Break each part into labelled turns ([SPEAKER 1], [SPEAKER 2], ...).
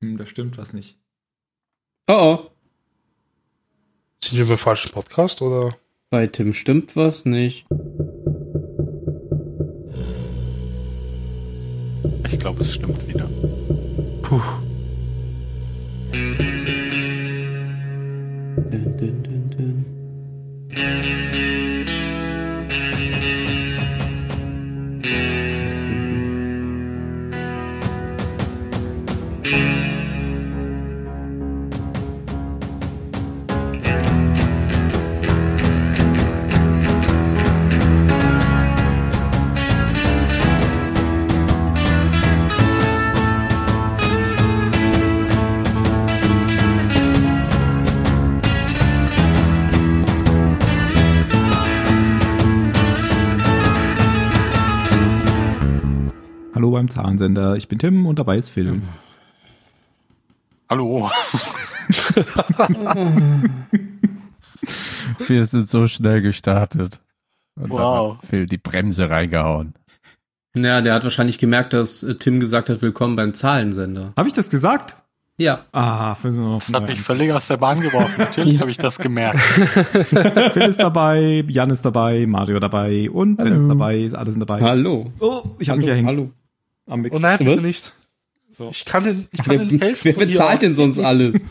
[SPEAKER 1] hm, da stimmt was nicht.
[SPEAKER 2] Oh oh.
[SPEAKER 3] Sind wir beim falschen Podcast oder?
[SPEAKER 2] Bei Tim stimmt was nicht.
[SPEAKER 4] Ich glaube, es stimmt wieder.
[SPEAKER 3] Puh.
[SPEAKER 2] Dün, dün, dün, dün.
[SPEAKER 1] Hallo beim Zahlensender, ich bin Tim und dabei ist Phil.
[SPEAKER 4] Hallo.
[SPEAKER 5] Wir sind so schnell gestartet. Und
[SPEAKER 4] Wow.
[SPEAKER 5] haben Phil die Bremse reingehauen.
[SPEAKER 2] Ja, der hat wahrscheinlich gemerkt, dass äh, Tim gesagt hat, willkommen beim Zahlensender.
[SPEAKER 1] Habe ich das gesagt?
[SPEAKER 2] Ja.
[SPEAKER 1] Ah, Phil ist noch
[SPEAKER 4] Das hat mich völlig aus der Bahn geworfen. Natürlich habe ich das gemerkt.
[SPEAKER 1] Phil ist dabei, Jan ist dabei, Mario dabei und Ben ist dabei, alle sind dabei.
[SPEAKER 2] Hallo.
[SPEAKER 1] Oh, ich habe mich ja
[SPEAKER 2] Hallo.
[SPEAKER 1] hängen.
[SPEAKER 2] Hallo.
[SPEAKER 1] Am Mic.
[SPEAKER 3] Oh nein,
[SPEAKER 2] Was?
[SPEAKER 3] bitte nicht.
[SPEAKER 1] So.
[SPEAKER 3] Ich kann den, ich kann
[SPEAKER 2] Wer,
[SPEAKER 3] den helfen.
[SPEAKER 2] wer
[SPEAKER 3] von hier aus.
[SPEAKER 2] bezahlt denn sonst alles?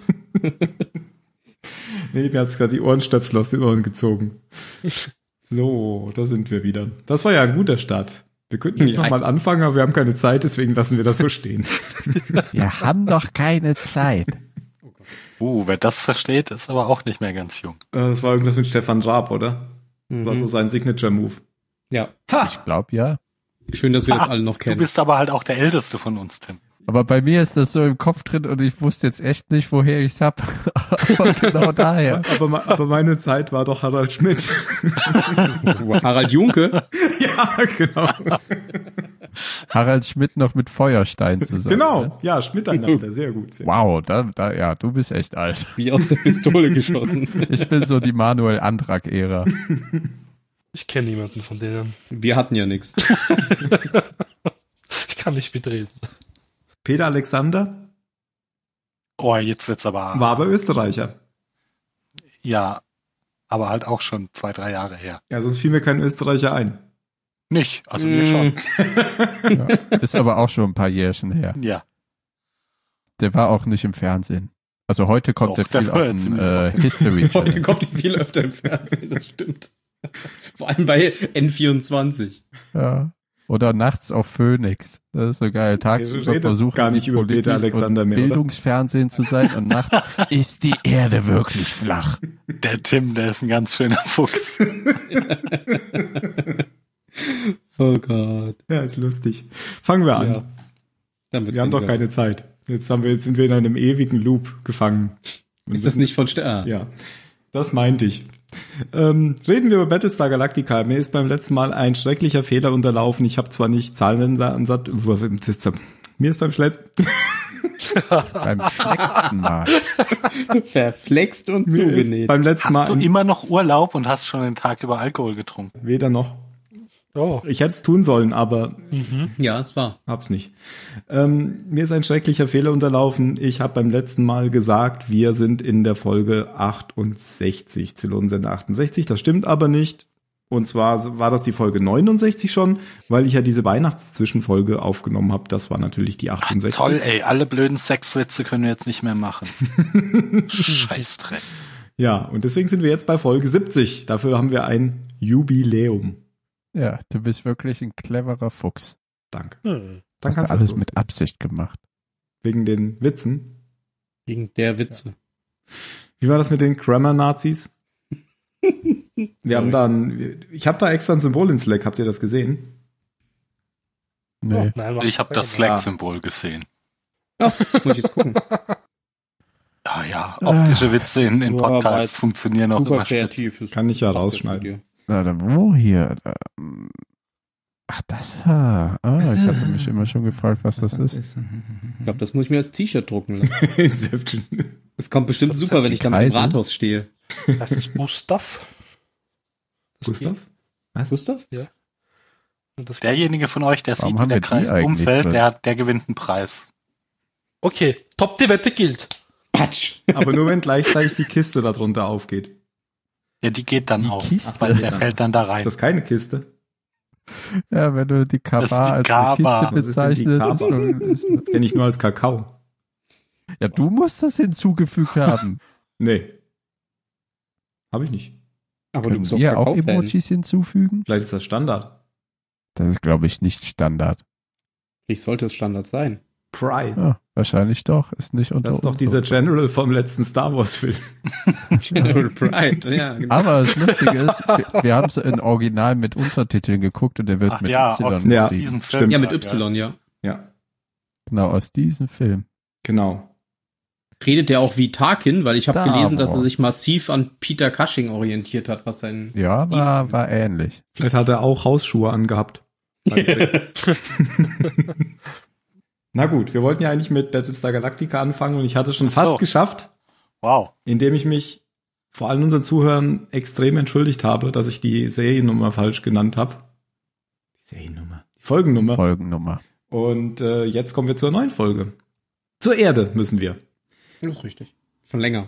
[SPEAKER 1] Nee, mir hat's gerade die Ohrenstöpsel aus den Ohren gezogen. So, da sind wir wieder. Das war ja ein guter Start. Wir könnten jetzt
[SPEAKER 2] Ja.
[SPEAKER 1] nochmal anfangen, aber wir haben keine Zeit, deswegen lassen wir das so stehen.
[SPEAKER 5] Wir haben doch keine Zeit.
[SPEAKER 4] Uh, wer das versteht, ist aber auch nicht mehr ganz jung.
[SPEAKER 1] Äh, Das war irgendwas mit Stefan Raab, oder? Das war so sein Signature-Move.
[SPEAKER 2] Ja.
[SPEAKER 5] Ich glaube ja.
[SPEAKER 2] Schön, dass wir das alle noch
[SPEAKER 4] Du
[SPEAKER 2] kennen.
[SPEAKER 4] bist aber halt auch der Älteste von uns, Tim.
[SPEAKER 5] Aber bei mir ist das so im Kopf drin und ich wusste jetzt echt nicht, woher ich's hab. Aber genau daher.
[SPEAKER 1] Aber, me- aber meine Zeit war doch Harald Schmidt.
[SPEAKER 2] Harald Junke.
[SPEAKER 1] ja, genau.
[SPEAKER 5] Harald Schmidt noch mit Feuerstein zusammen. Ne?
[SPEAKER 1] Genau, ja, Schmidt einander, sehr gut. Sehr.
[SPEAKER 5] Wow, da, da, ja, du bist echt alt.
[SPEAKER 2] Wie aus der Pistole geschossen.
[SPEAKER 5] Ich bin so die Manuel Antrag-Ära.
[SPEAKER 3] Ich kenne niemanden von denen.
[SPEAKER 2] Wir hatten ja nichts.
[SPEAKER 3] Ich kann nicht mitreden.
[SPEAKER 1] Peter Alexander
[SPEAKER 4] Oh, jetzt wird's aber.
[SPEAKER 1] war aber Österreicher.
[SPEAKER 4] Ja, aber halt auch schon zwei, drei Jahre her.
[SPEAKER 1] Ja, sonst fiel mir kein Österreicher ein.
[SPEAKER 4] Nicht, also mir schon.
[SPEAKER 5] Ja. Ist aber auch schon ein paar Jährchen her.
[SPEAKER 1] Mm.
[SPEAKER 4] Ja,
[SPEAKER 5] Der war auch nicht im Fernsehen. Also heute
[SPEAKER 4] Doch,
[SPEAKER 5] kommt er viel
[SPEAKER 4] der war
[SPEAKER 5] auf dem
[SPEAKER 4] ziemlich auf
[SPEAKER 5] äh,
[SPEAKER 4] dem-
[SPEAKER 5] History
[SPEAKER 2] Heute
[SPEAKER 5] Channel.
[SPEAKER 2] kommt die viel öfter im Fernsehen, das stimmt. Vor allem bei N24.
[SPEAKER 5] Ja. Oder nachts auf Phoenix. Das ist so geil.
[SPEAKER 1] wir
[SPEAKER 5] Tagsüber
[SPEAKER 1] reden
[SPEAKER 5] versuchen
[SPEAKER 1] gar nicht
[SPEAKER 5] die
[SPEAKER 1] über Peter
[SPEAKER 5] Politik und
[SPEAKER 1] Alexander mehr, oder?
[SPEAKER 5] Bildungsfernsehen zu sein und nachts ist die Erde wirklich flach.
[SPEAKER 4] der Tim, der ist ein ganz schöner Fuchs.
[SPEAKER 2] Oh Gott.
[SPEAKER 1] Ja, ist lustig. Fangen wir an.
[SPEAKER 2] Ja. Dann wird's
[SPEAKER 1] wir haben doch
[SPEAKER 2] unglaublich.
[SPEAKER 1] keine Zeit. Jetzt, haben wir, jetzt sind wir in einem ewigen Loop gefangen. Und
[SPEAKER 2] Ist das nicht von Stern?
[SPEAKER 1] Ja, das meinte ich. Ähm, reden wir über Battlestar Galactica. Mir ist beim letzten Mal ein schrecklicher Fehler unterlaufen. Ich habe zwar nicht Zahlenansatz. Mir ist beim Schlett.
[SPEAKER 5] Beim schlechtsten Mal.
[SPEAKER 2] Verflext und
[SPEAKER 1] Mir ist
[SPEAKER 2] zugenäht.
[SPEAKER 1] beim letzten
[SPEAKER 4] Hast
[SPEAKER 1] Mal
[SPEAKER 4] du
[SPEAKER 1] ein-
[SPEAKER 4] immer noch Urlaub und hast schon den Tag über Alkohol getrunken?
[SPEAKER 1] weder noch.
[SPEAKER 3] Oh.
[SPEAKER 1] Ich hätte es tun sollen, aber
[SPEAKER 2] Ja, es war.
[SPEAKER 1] hab's nicht. Ähm, mir ist ein schrecklicher Fehler unterlaufen. Ich habe beim letzten Mal gesagt, wir sind in der Folge 68, Zylonsender 68. Das stimmt aber nicht. Und zwar so- war das die Folge 69 schon, weil ich ja diese Weihnachtszwischenfolge aufgenommen habe. Das war natürlich die 68.
[SPEAKER 4] Toll, ey, alle blöden Sexwitze können wir jetzt nicht mehr machen. Scheißdreck.
[SPEAKER 1] Ja, und deswegen sind wir jetzt bei Folge 70. Dafür haben wir ein Jubiläum.
[SPEAKER 5] Ja, du bist wirklich ein cleverer Fuchs.
[SPEAKER 1] Danke.
[SPEAKER 3] Hm.
[SPEAKER 5] Das hast
[SPEAKER 1] kannst
[SPEAKER 5] du
[SPEAKER 1] du
[SPEAKER 5] alles
[SPEAKER 1] los.
[SPEAKER 5] mit Absicht gemacht.
[SPEAKER 1] Wegen den Witzen.
[SPEAKER 2] Wegen der Witze.
[SPEAKER 1] Wie war das mit den Grammar-Nazis? Wir haben dann, ich habe da extra ein Symbol in Slack, habt ihr das gesehen?
[SPEAKER 5] Nee.
[SPEAKER 3] Oh, nein, mach-
[SPEAKER 4] Ich habe das Slack-Symbol gesehen.
[SPEAKER 2] Muss ich jetzt gucken.
[SPEAKER 4] Ah ja, optische Witze in, in
[SPEAKER 2] Boah, aber
[SPEAKER 4] Podcasts
[SPEAKER 2] jetzt
[SPEAKER 4] funktionieren auch
[SPEAKER 2] Super
[SPEAKER 4] immer schlecht.
[SPEAKER 2] kreativ. ist-
[SPEAKER 1] Kann ich ja
[SPEAKER 2] macht das
[SPEAKER 1] rausschneiden.
[SPEAKER 2] Studio.
[SPEAKER 5] Na, dann wo hier? Da, ähm, Ach, das. Ah, ah, ich habe mich immer schon gefragt, was das ist.
[SPEAKER 2] Ich glaube, das muss ich mir als T-Shirt drucken lassen.
[SPEAKER 1] Inception.
[SPEAKER 2] Das kommt bestimmt super, wenn ich dann im
[SPEAKER 5] Kreise.
[SPEAKER 2] Rathaus stehe.
[SPEAKER 3] Das ist Gustav.
[SPEAKER 1] Gustav?
[SPEAKER 2] Gustav?
[SPEAKER 3] Das
[SPEAKER 4] Derjenige von euch, der
[SPEAKER 5] Warum
[SPEAKER 4] sieht, wie
[SPEAKER 5] haben
[SPEAKER 4] der
[SPEAKER 5] wir die
[SPEAKER 4] Kreis
[SPEAKER 5] eigentlich
[SPEAKER 4] umfällt,
[SPEAKER 5] drin?
[SPEAKER 4] der, hat- der gewinnt einen Preis.
[SPEAKER 3] okay, Top, die Wette gilt.
[SPEAKER 2] Patsch.
[SPEAKER 1] Aber nur wenn gleichzeitig die Kiste darunter aufgeht.
[SPEAKER 4] Ja, die geht dann
[SPEAKER 5] Die
[SPEAKER 4] auf,
[SPEAKER 5] Kiste
[SPEAKER 4] weil
[SPEAKER 5] geht
[SPEAKER 4] der
[SPEAKER 1] dann
[SPEAKER 4] fällt dann da
[SPEAKER 1] Ist
[SPEAKER 4] rein.
[SPEAKER 1] das keine Kiste?
[SPEAKER 5] Ja, wenn du die Kaba
[SPEAKER 4] Das ist die
[SPEAKER 5] als
[SPEAKER 4] Kaba.
[SPEAKER 5] eine Kiste
[SPEAKER 1] Was ist denn die
[SPEAKER 5] bezeichnest.
[SPEAKER 1] Kaba?
[SPEAKER 5] dann-
[SPEAKER 1] Kenne ich nur als Kakao.
[SPEAKER 5] Ja, du musst das hinzugefügt haben.
[SPEAKER 1] Nee. Habe ich nicht.
[SPEAKER 2] Aber
[SPEAKER 5] Können wir auch
[SPEAKER 2] Kakaofan.
[SPEAKER 5] Emojis hinzufügen?
[SPEAKER 1] Vielleicht ist das Standard.
[SPEAKER 5] Das ist, glaube ich, nicht Standard.
[SPEAKER 2] Ich sollte es Standard sein.
[SPEAKER 1] Pride.
[SPEAKER 5] Ja, wahrscheinlich doch. Ist nicht unter
[SPEAKER 1] Das ist doch
[SPEAKER 5] uns
[SPEAKER 1] dieser
[SPEAKER 5] so.
[SPEAKER 1] General vom letzten Star Wars Film.
[SPEAKER 2] General Pride, ja, genau.
[SPEAKER 5] Aber das Lustige ist, wir, wir haben es in Original mit Untertiteln geguckt und der wird
[SPEAKER 4] Ach
[SPEAKER 5] mit
[SPEAKER 4] ja,
[SPEAKER 5] Y
[SPEAKER 4] aus,
[SPEAKER 1] Ja,
[SPEAKER 4] aus
[SPEAKER 5] geschrieben.
[SPEAKER 4] diesem Film.
[SPEAKER 1] stimmt.
[SPEAKER 2] ja, mit
[SPEAKER 4] da,
[SPEAKER 2] Y, ja.
[SPEAKER 1] Ja,
[SPEAKER 5] Genau, aus diesem Film.
[SPEAKER 1] genau.
[SPEAKER 2] Redet der auch wie Tarkin, weil ich habe
[SPEAKER 5] Da
[SPEAKER 2] gelesen, dass er
[SPEAKER 5] aber.
[SPEAKER 2] sich massiv an Peter Cushing orientiert hat, was sein
[SPEAKER 5] Ja,
[SPEAKER 2] Stil
[SPEAKER 5] war,
[SPEAKER 2] angeht.
[SPEAKER 5] war ähnlich.
[SPEAKER 1] Vielleicht hat er auch Hausschuhe angehabt. beim Dreh. Na gut, wir wollten ja eigentlich mit Battlestar Galactica anfangen und ich hatte es schon fast
[SPEAKER 4] so.
[SPEAKER 1] geschafft,
[SPEAKER 4] Wow.
[SPEAKER 1] indem ich mich vor allen unseren Zuhörern extrem entschuldigt habe, dass ich die Seriennummer falsch genannt habe. Die Seriennummer. Die Folgennummer.
[SPEAKER 5] Folgennummer.
[SPEAKER 1] Und äh, jetzt kommen wir zur neuen Folge. Zur Erde müssen wir.
[SPEAKER 2] Das ist richtig. Schon länger.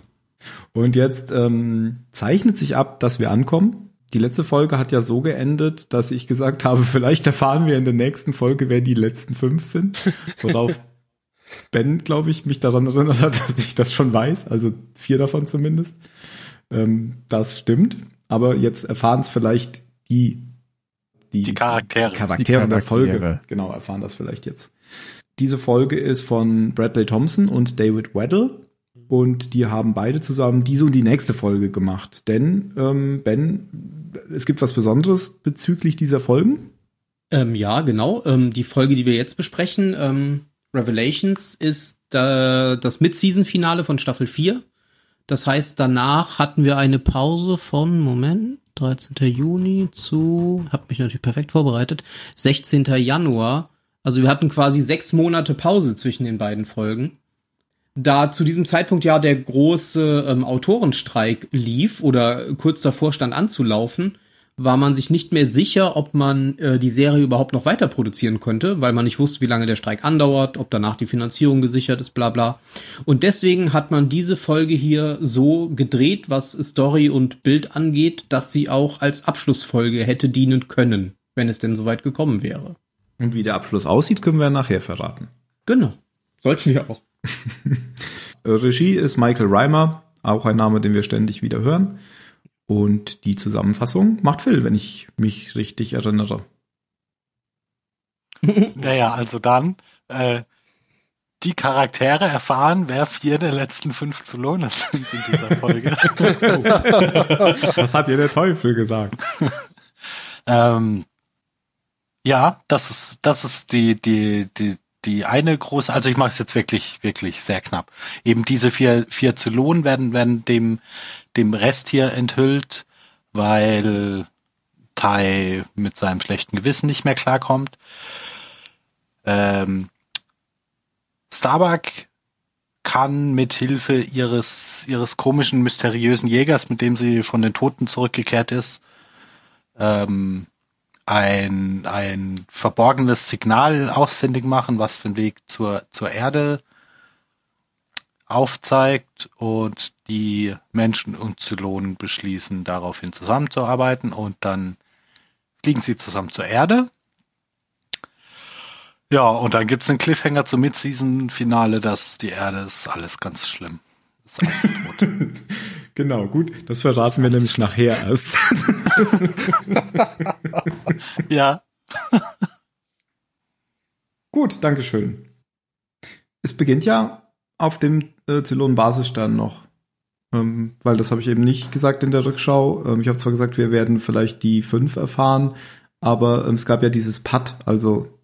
[SPEAKER 1] Und jetzt ähm, zeichnet sich ab, dass wir ankommen. Die letzte Folge hat ja so geendet, dass ich gesagt habe, vielleicht erfahren wir in der nächsten Folge, wer die letzten fünf sind. Worauf Ben, glaube ich, mich daran erinnert hat, dass ich das schon weiß. Also vier davon zumindest. Ähm, das stimmt. Aber jetzt erfahren es vielleicht die, die,
[SPEAKER 4] Die Charaktere.
[SPEAKER 1] Charaktere
[SPEAKER 5] Die
[SPEAKER 1] der
[SPEAKER 5] Charaktere.
[SPEAKER 1] Folge. Genau, erfahren das vielleicht jetzt. Diese Folge ist von Bradley Thompson und David Weddle. Und die haben beide zusammen diese und die nächste Folge gemacht. Denn, ähm, Ben, es gibt was Besonderes bezüglich dieser Folgen.
[SPEAKER 2] Ähm, ja, genau. Ähm, die Folge, die wir jetzt besprechen, ähm, Revelations, ist äh, das Mid-Season-Finale von Staffel 4. Das heißt, danach hatten wir eine Pause von, Moment, 13. Juni zu, hab mich natürlich perfekt vorbereitet, 16. Januar. Also wir hatten quasi sechs Monate Pause zwischen den beiden Folgen. Da zu diesem Zeitpunkt ja der große ähm, Autorenstreik lief oder kurz davor stand anzulaufen, war man sich nicht mehr sicher, ob man äh, die Serie überhaupt noch weiter produzieren könnte, weil man nicht wusste, wie lange der Streik andauert, ob danach die Finanzierung gesichert ist, bla bla. Und deswegen hat man diese Folge hier so gedreht, was Story und Bild angeht, dass sie auch als Abschlussfolge hätte dienen können, wenn es denn soweit gekommen wäre.
[SPEAKER 1] Und wie der Abschluss aussieht, können wir nachher verraten.
[SPEAKER 2] Genau. Sollten wir auch.
[SPEAKER 1] Äh, Regie ist Michael Reimer, auch ein Name, den wir ständig wieder hören. Und die Zusammenfassung macht Phil, wenn ich mich richtig erinnere.
[SPEAKER 4] Naja, also dann, äh, die Charaktere erfahren, wer vier der letzten fünf Zylone sind in dieser Folge.
[SPEAKER 1] Das hat ja der Teufel gesagt.
[SPEAKER 4] ähm, ja, das ist, das ist die, die, die, die eine große, also ich mache es jetzt wirklich, wirklich sehr knapp. Eben diese vier, vier Zylonen werden, werden dem, dem Rest hier enthüllt, weil Tai mit seinem schlechten Gewissen nicht mehr klarkommt. Ähm, Starbuck kann mit Hilfe ihres, ihres komischen, mysteriösen Jägers, mit dem sie von den Toten zurückgekehrt ist, ähm, ein, ein verborgenes Signal ausfindig machen, was den Weg zur, zur Erde aufzeigt und die Menschen und Zylonen beschließen, daraufhin zusammenzuarbeiten und dann fliegen sie zusammen zur Erde. Ja, und dann gibt's einen Cliffhanger zum Mid-Season-Finale, dass die Erde ist alles ganz schlimm. Ist alles tot.
[SPEAKER 1] Genau, gut. Das verraten wir nämlich nachher erst.
[SPEAKER 4] ja.
[SPEAKER 1] Gut, Dankeschön. Es beginnt ja auf dem äh, Zylon-Basisstern noch. Ähm, weil das habe ich eben nicht gesagt in der Rückschau. Ähm, ich habe zwar gesagt, wir werden vielleicht die fünf erfahren, aber ähm, es gab ja dieses Pad, also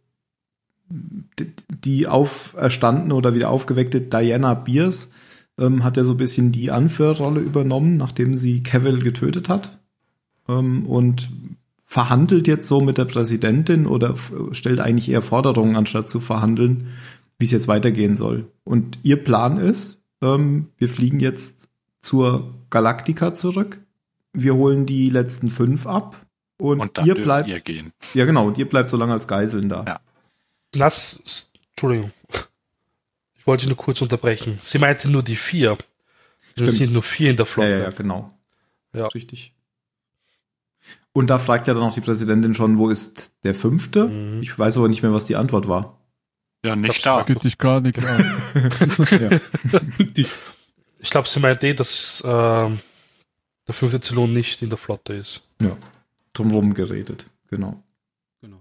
[SPEAKER 1] d- die auferstandene oder wieder aufgeweckte Diana Beers ähm, hat ja so ein bisschen die Anführerrolle übernommen, nachdem sie Cavill getötet hat. Ähm, und verhandelt jetzt so mit der Präsidentin oder f- stellt eigentlich eher Forderungen, anstatt zu verhandeln, wie es jetzt weitergehen soll. Und ihr Plan ist, ähm, wir fliegen jetzt zur Galaktika zurück, wir holen die letzten fünf ab und,
[SPEAKER 4] Und dann
[SPEAKER 1] ihr
[SPEAKER 4] dürft
[SPEAKER 1] bleibt,
[SPEAKER 4] ihr gehen.
[SPEAKER 1] ja genau, und ihr bleibt so lange als Geiseln da.
[SPEAKER 4] Ja.
[SPEAKER 3] Lass, Entschuldigung. Ich wollte ich nur kurz unterbrechen. Sie meinte nur die vier. Also Es
[SPEAKER 1] Stimmt.
[SPEAKER 3] sind nur vier in der
[SPEAKER 1] Ja,
[SPEAKER 3] Flotte.
[SPEAKER 1] ja, ja, genau.
[SPEAKER 3] Ja.
[SPEAKER 1] Richtig. Und da fragt ja dann auch die Präsidentin schon, wo ist der fünfte?
[SPEAKER 3] Mhm.
[SPEAKER 1] Ich weiß aber nicht mehr, was die Antwort war.
[SPEAKER 4] Ja, nicht
[SPEAKER 3] Das
[SPEAKER 4] da.
[SPEAKER 5] Geht dich gar nicht an.
[SPEAKER 1] ja.
[SPEAKER 3] Ich glaube, sie meinte eh, dass ähm, der fünfte Zylon nicht in der Flotte ist.
[SPEAKER 1] Drumrum geredet. Genau.
[SPEAKER 2] Genau.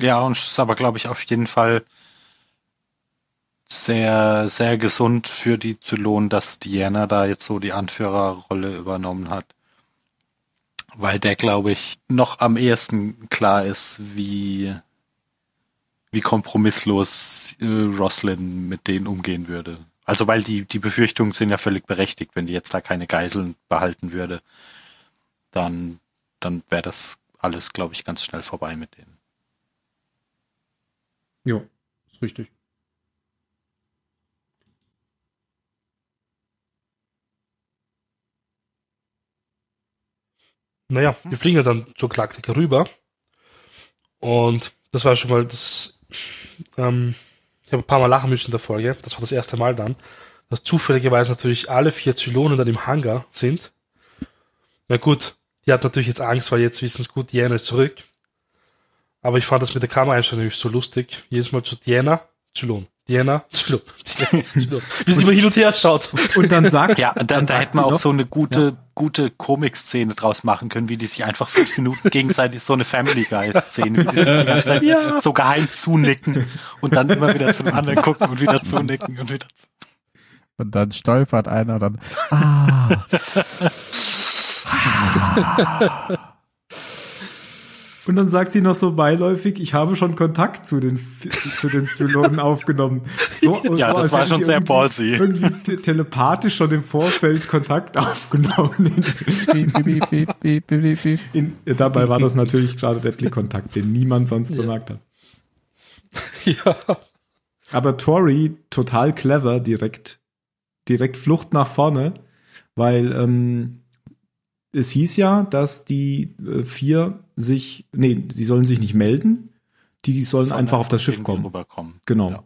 [SPEAKER 4] Ja, und es ist aber, glaube ich, auf jeden Fall sehr, sehr gesund für die Zylon, dass Diana da jetzt so die Anführerrolle übernommen hat. Weil der, glaube ich, noch am ehesten klar ist, wie, wie kompromisslos äh, Roslin mit denen umgehen würde. Also, weil die, die Befürchtungen sind ja völlig berechtigt, wenn die jetzt da keine Geiseln behalten würde, dann, dann wäre das alles, glaube ich, ganz schnell vorbei mit denen.
[SPEAKER 2] Ja, ist richtig.
[SPEAKER 3] Naja, wir fliegen ja dann zur Galaktika rüber. Und das war schon mal das. Ähm, ich habe ein paar Mal lachen müssen in der Folge. Das war das erste Mal dann. Dass zufälligerweise natürlich alle vier Zylonen dann im Hangar sind. Na gut, die hat natürlich jetzt Angst, weil jetzt wissen es gut, Diana ist zurück. Aber ich fand das mit der Kameraeinstellung so lustig. Jedes Mal zu Diana, Zylon. Diana, Zylon. Diana, Zylon. Wie sie immer hin und her schaut.
[SPEAKER 1] Und dann sagt,
[SPEAKER 4] Ja, da,
[SPEAKER 1] Dann
[SPEAKER 4] da
[SPEAKER 1] sagt
[SPEAKER 4] hätte man
[SPEAKER 1] sie
[SPEAKER 4] auch
[SPEAKER 1] noch-
[SPEAKER 4] so eine gute, gute Comic-Szene draus machen können, wie die sich einfach fünf Minuten gegenseitig so eine Family Guy-Szene, wie die sich die ganze Zeit so geheim zunicken und dann immer wieder zum anderen gucken und wieder zunicken und wieder.
[SPEAKER 5] Und dann stolpert einer dann. Ah.
[SPEAKER 1] und dann sagt sie noch so beiläufig, ich habe schon Kontakt zu den, zu den Zylonen aufgenommen. So,
[SPEAKER 4] Ja,
[SPEAKER 1] so,
[SPEAKER 4] das
[SPEAKER 1] als
[SPEAKER 4] war
[SPEAKER 1] hätten
[SPEAKER 4] schon
[SPEAKER 1] sie
[SPEAKER 4] sehr
[SPEAKER 1] irgendwie-
[SPEAKER 4] ballsy.
[SPEAKER 1] Irgendwie te telepathisch schon im Vorfeld Kontakt aufgenommen.
[SPEAKER 5] Piep, piep, piep, piep, piep, piep, piep.
[SPEAKER 1] In, dabei war das natürlich gerade der Blickkontakt, den niemand sonst bemerkt hat.
[SPEAKER 3] ja.
[SPEAKER 1] Aber Tori, total clever, direkt, direkt Flucht nach vorne, weil ähm, es hieß ja, dass die äh, vier sich, nee, sie sollen sich nicht melden, die sollen
[SPEAKER 4] Genau,
[SPEAKER 1] einfach auf das Schiff
[SPEAKER 4] Irgendwie
[SPEAKER 1] kommen.
[SPEAKER 4] Rüberkommen.
[SPEAKER 1] Genau.
[SPEAKER 4] Ja.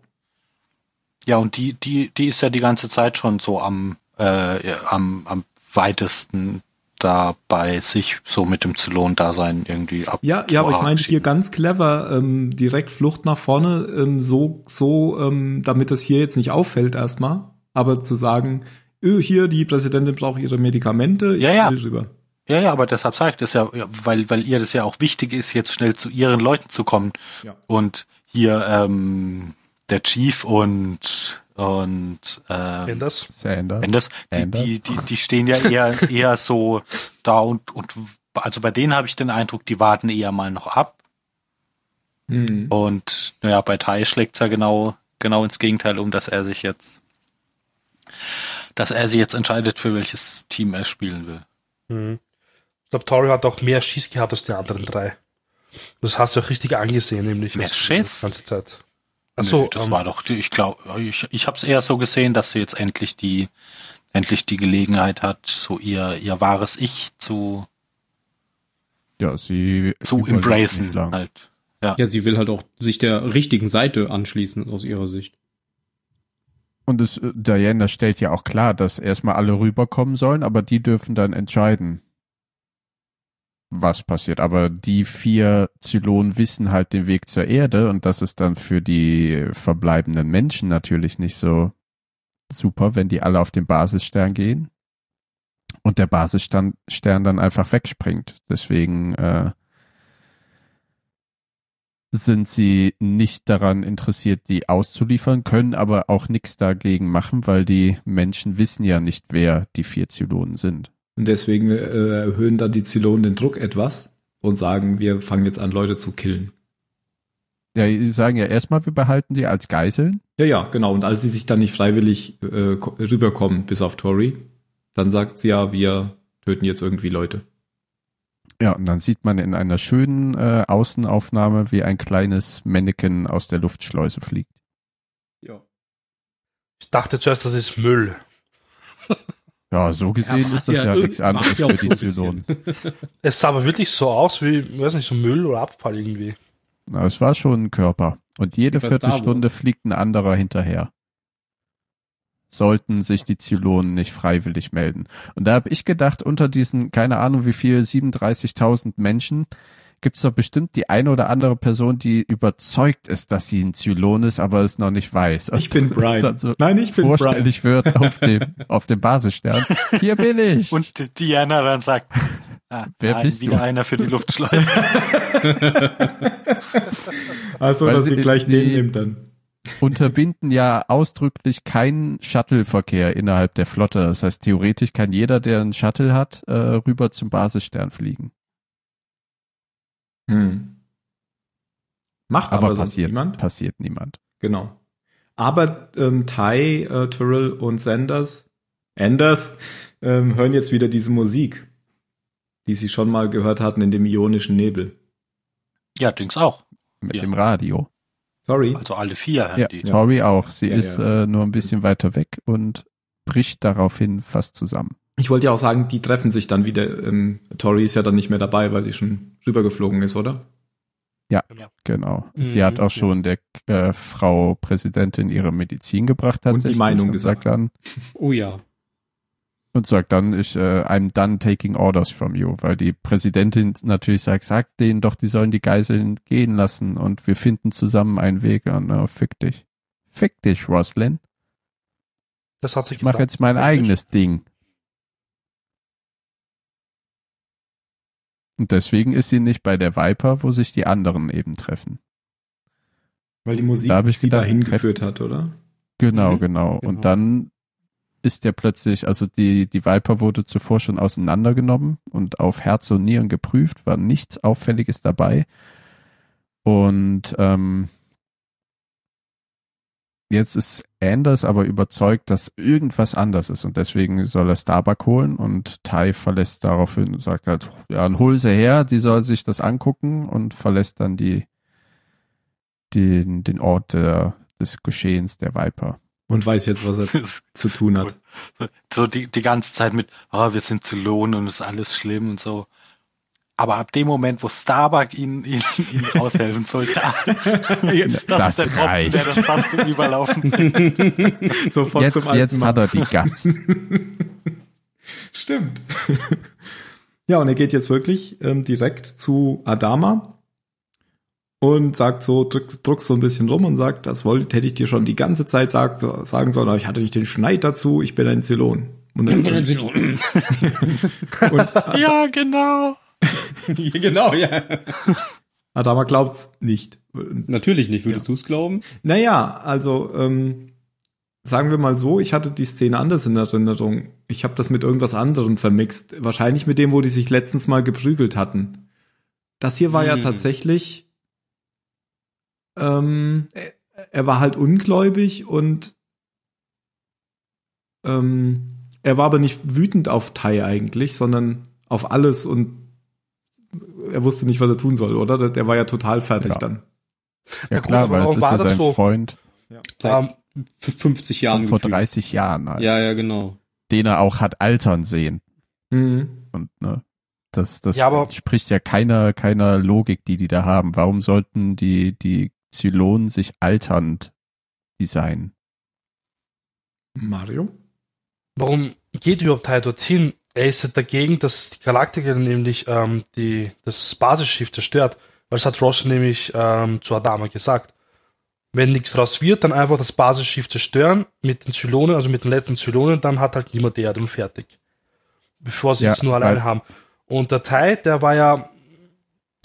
[SPEAKER 4] Ja, und die, die, die ist ja die ganze Zeit schon so am, äh, ja, am, am weitesten dabei, sich so mit dem Zylon-Dasein irgendwie ab.
[SPEAKER 1] Ja, ja, aber ich meine hier
[SPEAKER 4] abzuschieben.
[SPEAKER 1] ganz clever, ähm, direkt Flucht nach vorne, ähm, so, so, ähm, damit das hier jetzt nicht auffällt erstmal, aber zu sagen, "Ö, hier, die Präsidentin braucht ihre Medikamente, ich
[SPEAKER 4] Ja, ja.
[SPEAKER 1] will rüber.
[SPEAKER 4] Ja, ja, aber deshalb sage ich das ja, ja, weil, weil ihr das ja auch wichtig ist, jetzt schnell zu ihren Leuten zu kommen.
[SPEAKER 1] Ja.
[SPEAKER 4] Und hier ähm, der Chief und und ähm,
[SPEAKER 3] das.
[SPEAKER 5] Sanders.
[SPEAKER 4] Anders, die,
[SPEAKER 5] Anders.
[SPEAKER 4] die, die, die stehen ja eher, eher so da und, und also bei denen habe ich den Eindruck, die warten eher mal noch ab.
[SPEAKER 1] Hm.
[SPEAKER 4] Und naja, bei Tai schlägt's ja genau, genau ins Gegenteil um, dass er sich jetzt, dass er sich jetzt entscheidet, für welches Team er spielen will.
[SPEAKER 3] Mhm. Ich glaube, Tori hat auch mehr Schieß gehabt als die anderen drei. Das hast du auch richtig angesehen, nämlich.
[SPEAKER 4] Mehr
[SPEAKER 3] also
[SPEAKER 4] Schiss?
[SPEAKER 3] Die ganze Zeit.
[SPEAKER 4] Achso,
[SPEAKER 3] Achso,
[SPEAKER 4] Nö, das
[SPEAKER 3] ähm,
[SPEAKER 4] war doch, die- ich glaube, ich, ich habe es eher so gesehen, dass sie jetzt endlich die, endlich die Gelegenheit hat, so ihr, ihr wahres Ich zu,
[SPEAKER 5] Ja, sie.
[SPEAKER 4] zu
[SPEAKER 5] überlebt
[SPEAKER 4] embracen
[SPEAKER 5] nicht lang.
[SPEAKER 4] halt.
[SPEAKER 2] Ja, sie will halt auch sich der richtigen Seite anschließen, aus ihrer Sicht.
[SPEAKER 5] Und es, äh, Diana stellt ja auch klar, dass erstmal alle rüberkommen sollen, aber die dürfen dann entscheiden, was passiert. Aber die vier Zylonen wissen halt den Weg zur Erde und das ist dann für die verbleibenden Menschen natürlich nicht so super, wenn die alle auf den Basisstern gehen und der Basisstern Stern dann einfach wegspringt. Deswegen äh, sind sie nicht daran interessiert, die auszuliefern, können aber auch nichts dagegen machen, weil die Menschen wissen ja nicht, wer die vier Zylonen sind.
[SPEAKER 1] Und deswegen äh, erhöhen dann die Zylonen den Druck etwas und sagen, wir fangen jetzt an, Leute zu killen.
[SPEAKER 5] Ja, sie sagen ja erstmal, wir behalten die als Geiseln.
[SPEAKER 1] Ja, ja, genau. Und als sie sich dann nicht freiwillig äh, ko- rüberkommen, bis auf Tori, dann sagt sie ja, wir töten jetzt irgendwie Leute.
[SPEAKER 5] Ja, und dann sieht man in einer schönen äh, Außenaufnahme, wie ein kleines Mannequin aus der Luftschleuse fliegt.
[SPEAKER 2] Ja.
[SPEAKER 3] ich dachte zuerst, das ist Müll.
[SPEAKER 5] Ja, so gesehen
[SPEAKER 2] Ja,
[SPEAKER 5] ist das ja,
[SPEAKER 2] irgend-
[SPEAKER 5] nichts anderes
[SPEAKER 2] macht ja auch
[SPEAKER 5] für die
[SPEAKER 2] so ein
[SPEAKER 5] Zylonen.
[SPEAKER 3] Es sah aber wirklich so aus wie, weiß nicht, so Müll oder Abfall irgendwie.
[SPEAKER 5] Na, es war schon ein Körper. Und jede
[SPEAKER 2] Wie bei Star
[SPEAKER 5] Viertelstunde fliegt ein anderer hinterher. sollten sich die Zylonen nicht freiwillig melden. Und da habe ich gedacht, unter diesen, keine Ahnung wie viel, 37.000 Menschen gibt es doch bestimmt die eine oder andere Person, die überzeugt ist, dass sie ein Zylon ist, aber es noch nicht weiß. Und
[SPEAKER 1] Ich bin Brian.
[SPEAKER 5] dann so
[SPEAKER 1] Nein, ich bin Brian.
[SPEAKER 5] vorstellig wird auf dem, auf dem Basisstern. Hier bin ich.
[SPEAKER 4] Und Diana dann sagt, ah,
[SPEAKER 5] Wer
[SPEAKER 4] nein,
[SPEAKER 5] bist
[SPEAKER 4] wieder
[SPEAKER 5] du?
[SPEAKER 4] einer für die Luftschleuse.
[SPEAKER 1] Also,
[SPEAKER 5] Weil
[SPEAKER 1] dass
[SPEAKER 5] sie-
[SPEAKER 1] sie gleich
[SPEAKER 5] die-
[SPEAKER 1] den nimmt dann.
[SPEAKER 5] unterbinden ja ausdrücklich keinen Shuttle-Verkehr innerhalb der Flotte. Das heißt, theoretisch kann jeder, der einen Shuttle hat, äh, rüber zum Basisstern fliegen.
[SPEAKER 1] Hm. Macht aber,
[SPEAKER 5] Aber,
[SPEAKER 1] sonst
[SPEAKER 5] passiert,
[SPEAKER 1] niemand.
[SPEAKER 5] passiert niemand.
[SPEAKER 1] Genau. Aber ähm, Ty, äh, Tyrrell und Sanders, Anders, ähm, hören jetzt wieder diese Musik, die sie schon mal gehört hatten in dem ionischen Nebel.
[SPEAKER 4] ja, Dings auch.
[SPEAKER 5] Mit
[SPEAKER 4] Ja.
[SPEAKER 5] dem Radio.
[SPEAKER 1] Sorry.
[SPEAKER 4] Also alle vier hören
[SPEAKER 5] Hm? Ja,
[SPEAKER 4] die.
[SPEAKER 5] Tori auch. Sie
[SPEAKER 1] Ja,
[SPEAKER 5] ist
[SPEAKER 1] ja.
[SPEAKER 5] Äh, nur ein bisschen weiter weg und bricht daraufhin fast zusammen.
[SPEAKER 1] Ich wollte ja auch sagen, die treffen sich dann wieder. Ähm, Tori ist ja dann nicht mehr dabei, weil sie schon rübergeflogen ist, oder?
[SPEAKER 5] Genau. Sie
[SPEAKER 3] Mhm,
[SPEAKER 5] hat
[SPEAKER 3] ja.
[SPEAKER 5] auch schon der äh, Frau Präsidentin ihre Medizin gebracht
[SPEAKER 1] Und die
[SPEAKER 5] tatsächlich.
[SPEAKER 1] Meinung
[SPEAKER 5] sagt
[SPEAKER 1] gesagt.
[SPEAKER 5] dann
[SPEAKER 2] Oh ja.
[SPEAKER 5] und sagt dann, ich, äh, I'm done taking orders from you, weil die Präsidentin natürlich sagt, sagt denen doch, die sollen die Geiseln gehen lassen und wir finden zusammen einen Weg und äh, fick dich. Fick dich, Roslyn.
[SPEAKER 3] Das hat sich
[SPEAKER 5] Ich mach
[SPEAKER 3] gesagt.
[SPEAKER 5] jetzt mein eigenes Ding. Und deswegen ist sie nicht bei der Viper, wo sich die anderen eben treffen.
[SPEAKER 1] Weil die Musik
[SPEAKER 5] Da hab ich
[SPEAKER 1] sie
[SPEAKER 5] gedacht,
[SPEAKER 1] dahin
[SPEAKER 5] treff-
[SPEAKER 1] geführt hat, oder?
[SPEAKER 5] Genau,
[SPEAKER 2] Mhm.
[SPEAKER 5] genau,
[SPEAKER 2] Genau.
[SPEAKER 5] Und dann ist der plötzlich, also die, die Viper wurde zuvor schon auseinandergenommen und auf Herz und Nieren geprüft, war nichts Auffälliges dabei. Und ähm, jetzt ist Anders aber überzeugt, dass irgendwas anders ist und deswegen soll er Starbuck holen und Tai verlässt daraufhin und sagt halt, ja, dann hol sie her, die soll sich das angucken und verlässt dann die, den, den Ort der, des Geschehens der Viper.
[SPEAKER 1] Und weiß jetzt, was er zu tun hat.
[SPEAKER 4] so die, die ganze Zeit mit, oh, wir sind zu Lohn und ist alles schlimm und so. Aber ab dem Moment, wo Starbuck ihnen, ihnen, ihnen raushelfen soll, da, jetzt
[SPEAKER 5] das
[SPEAKER 4] der Tropfen,
[SPEAKER 5] reicht.
[SPEAKER 4] der das fast zum Überlaufen
[SPEAKER 1] Sofort
[SPEAKER 5] jetzt,
[SPEAKER 1] zum alten
[SPEAKER 5] jetzt
[SPEAKER 1] Mann.
[SPEAKER 5] hat er die Guts.
[SPEAKER 1] Stimmt. ja, und er geht jetzt wirklich ähm, direkt zu Adama und sagt so, drückt drückt so ein bisschen rum und sagt, das wollte, hätte ich dir schon die ganze Zeit sagt, so, sagen sollen, aber ich hatte nicht den Schneid dazu, ich bin ein Zylon. Und dann, und,
[SPEAKER 4] Ja, genau.
[SPEAKER 2] genau, ja.
[SPEAKER 1] Adama glaubt's nicht.
[SPEAKER 2] Natürlich nicht, würdest du es glauben?
[SPEAKER 1] Naja, also ähm, sagen wir mal so, ich hatte die Szene anders in Erinnerung. Ich habe das mit irgendwas anderem vermixt. Wahrscheinlich mit dem, wo die sich letztens mal geprügelt hatten. Das hier war ja
[SPEAKER 2] Hm.
[SPEAKER 1] tatsächlich. Ähm, er- er war halt ungläubig und ähm, er war aber nicht wütend auf Tai eigentlich, sondern auf alles und er wusste nicht, was er tun soll, oder? Der- Der war ja total fertig
[SPEAKER 5] Ja.
[SPEAKER 1] dann.
[SPEAKER 5] Ja
[SPEAKER 3] gut,
[SPEAKER 5] klar,
[SPEAKER 3] aber
[SPEAKER 5] weil es
[SPEAKER 3] warum
[SPEAKER 5] ist
[SPEAKER 3] war
[SPEAKER 5] ja
[SPEAKER 3] das
[SPEAKER 5] sein
[SPEAKER 3] so?
[SPEAKER 5] Freund
[SPEAKER 2] Seit
[SPEAKER 3] Ähm,
[SPEAKER 2] f- 50 Jahren.
[SPEAKER 5] von vor
[SPEAKER 2] gefühlt.
[SPEAKER 5] 30 Jahren, halt,
[SPEAKER 2] Ja, ja, genau.
[SPEAKER 5] den er auch hat altern sehen.
[SPEAKER 1] Mhm.
[SPEAKER 5] Und ne, das, das
[SPEAKER 3] Ja, aber-
[SPEAKER 5] spricht ja keiner, keiner Logik, die die da haben. Warum sollten die, die Zylonen sich alternd designen?
[SPEAKER 1] Mario?
[SPEAKER 3] Warum geht überhaupt Teil dorthin? Er ist ja dagegen, dass die Galaktiker nämlich ähm, die, das Basisschiff zerstört. Weil das hat Ross nämlich ähm, zu Adama gesagt. Wenn nichts draus wird, dann einfach das Basisschiff zerstören mit den Zylonen, also mit den letzten Zylonen, dann hat halt niemand die Erde und fertig. Bevor sie
[SPEAKER 5] Ja,
[SPEAKER 3] es nur
[SPEAKER 5] weil-
[SPEAKER 3] alleine haben. Und der Teil, der war ja,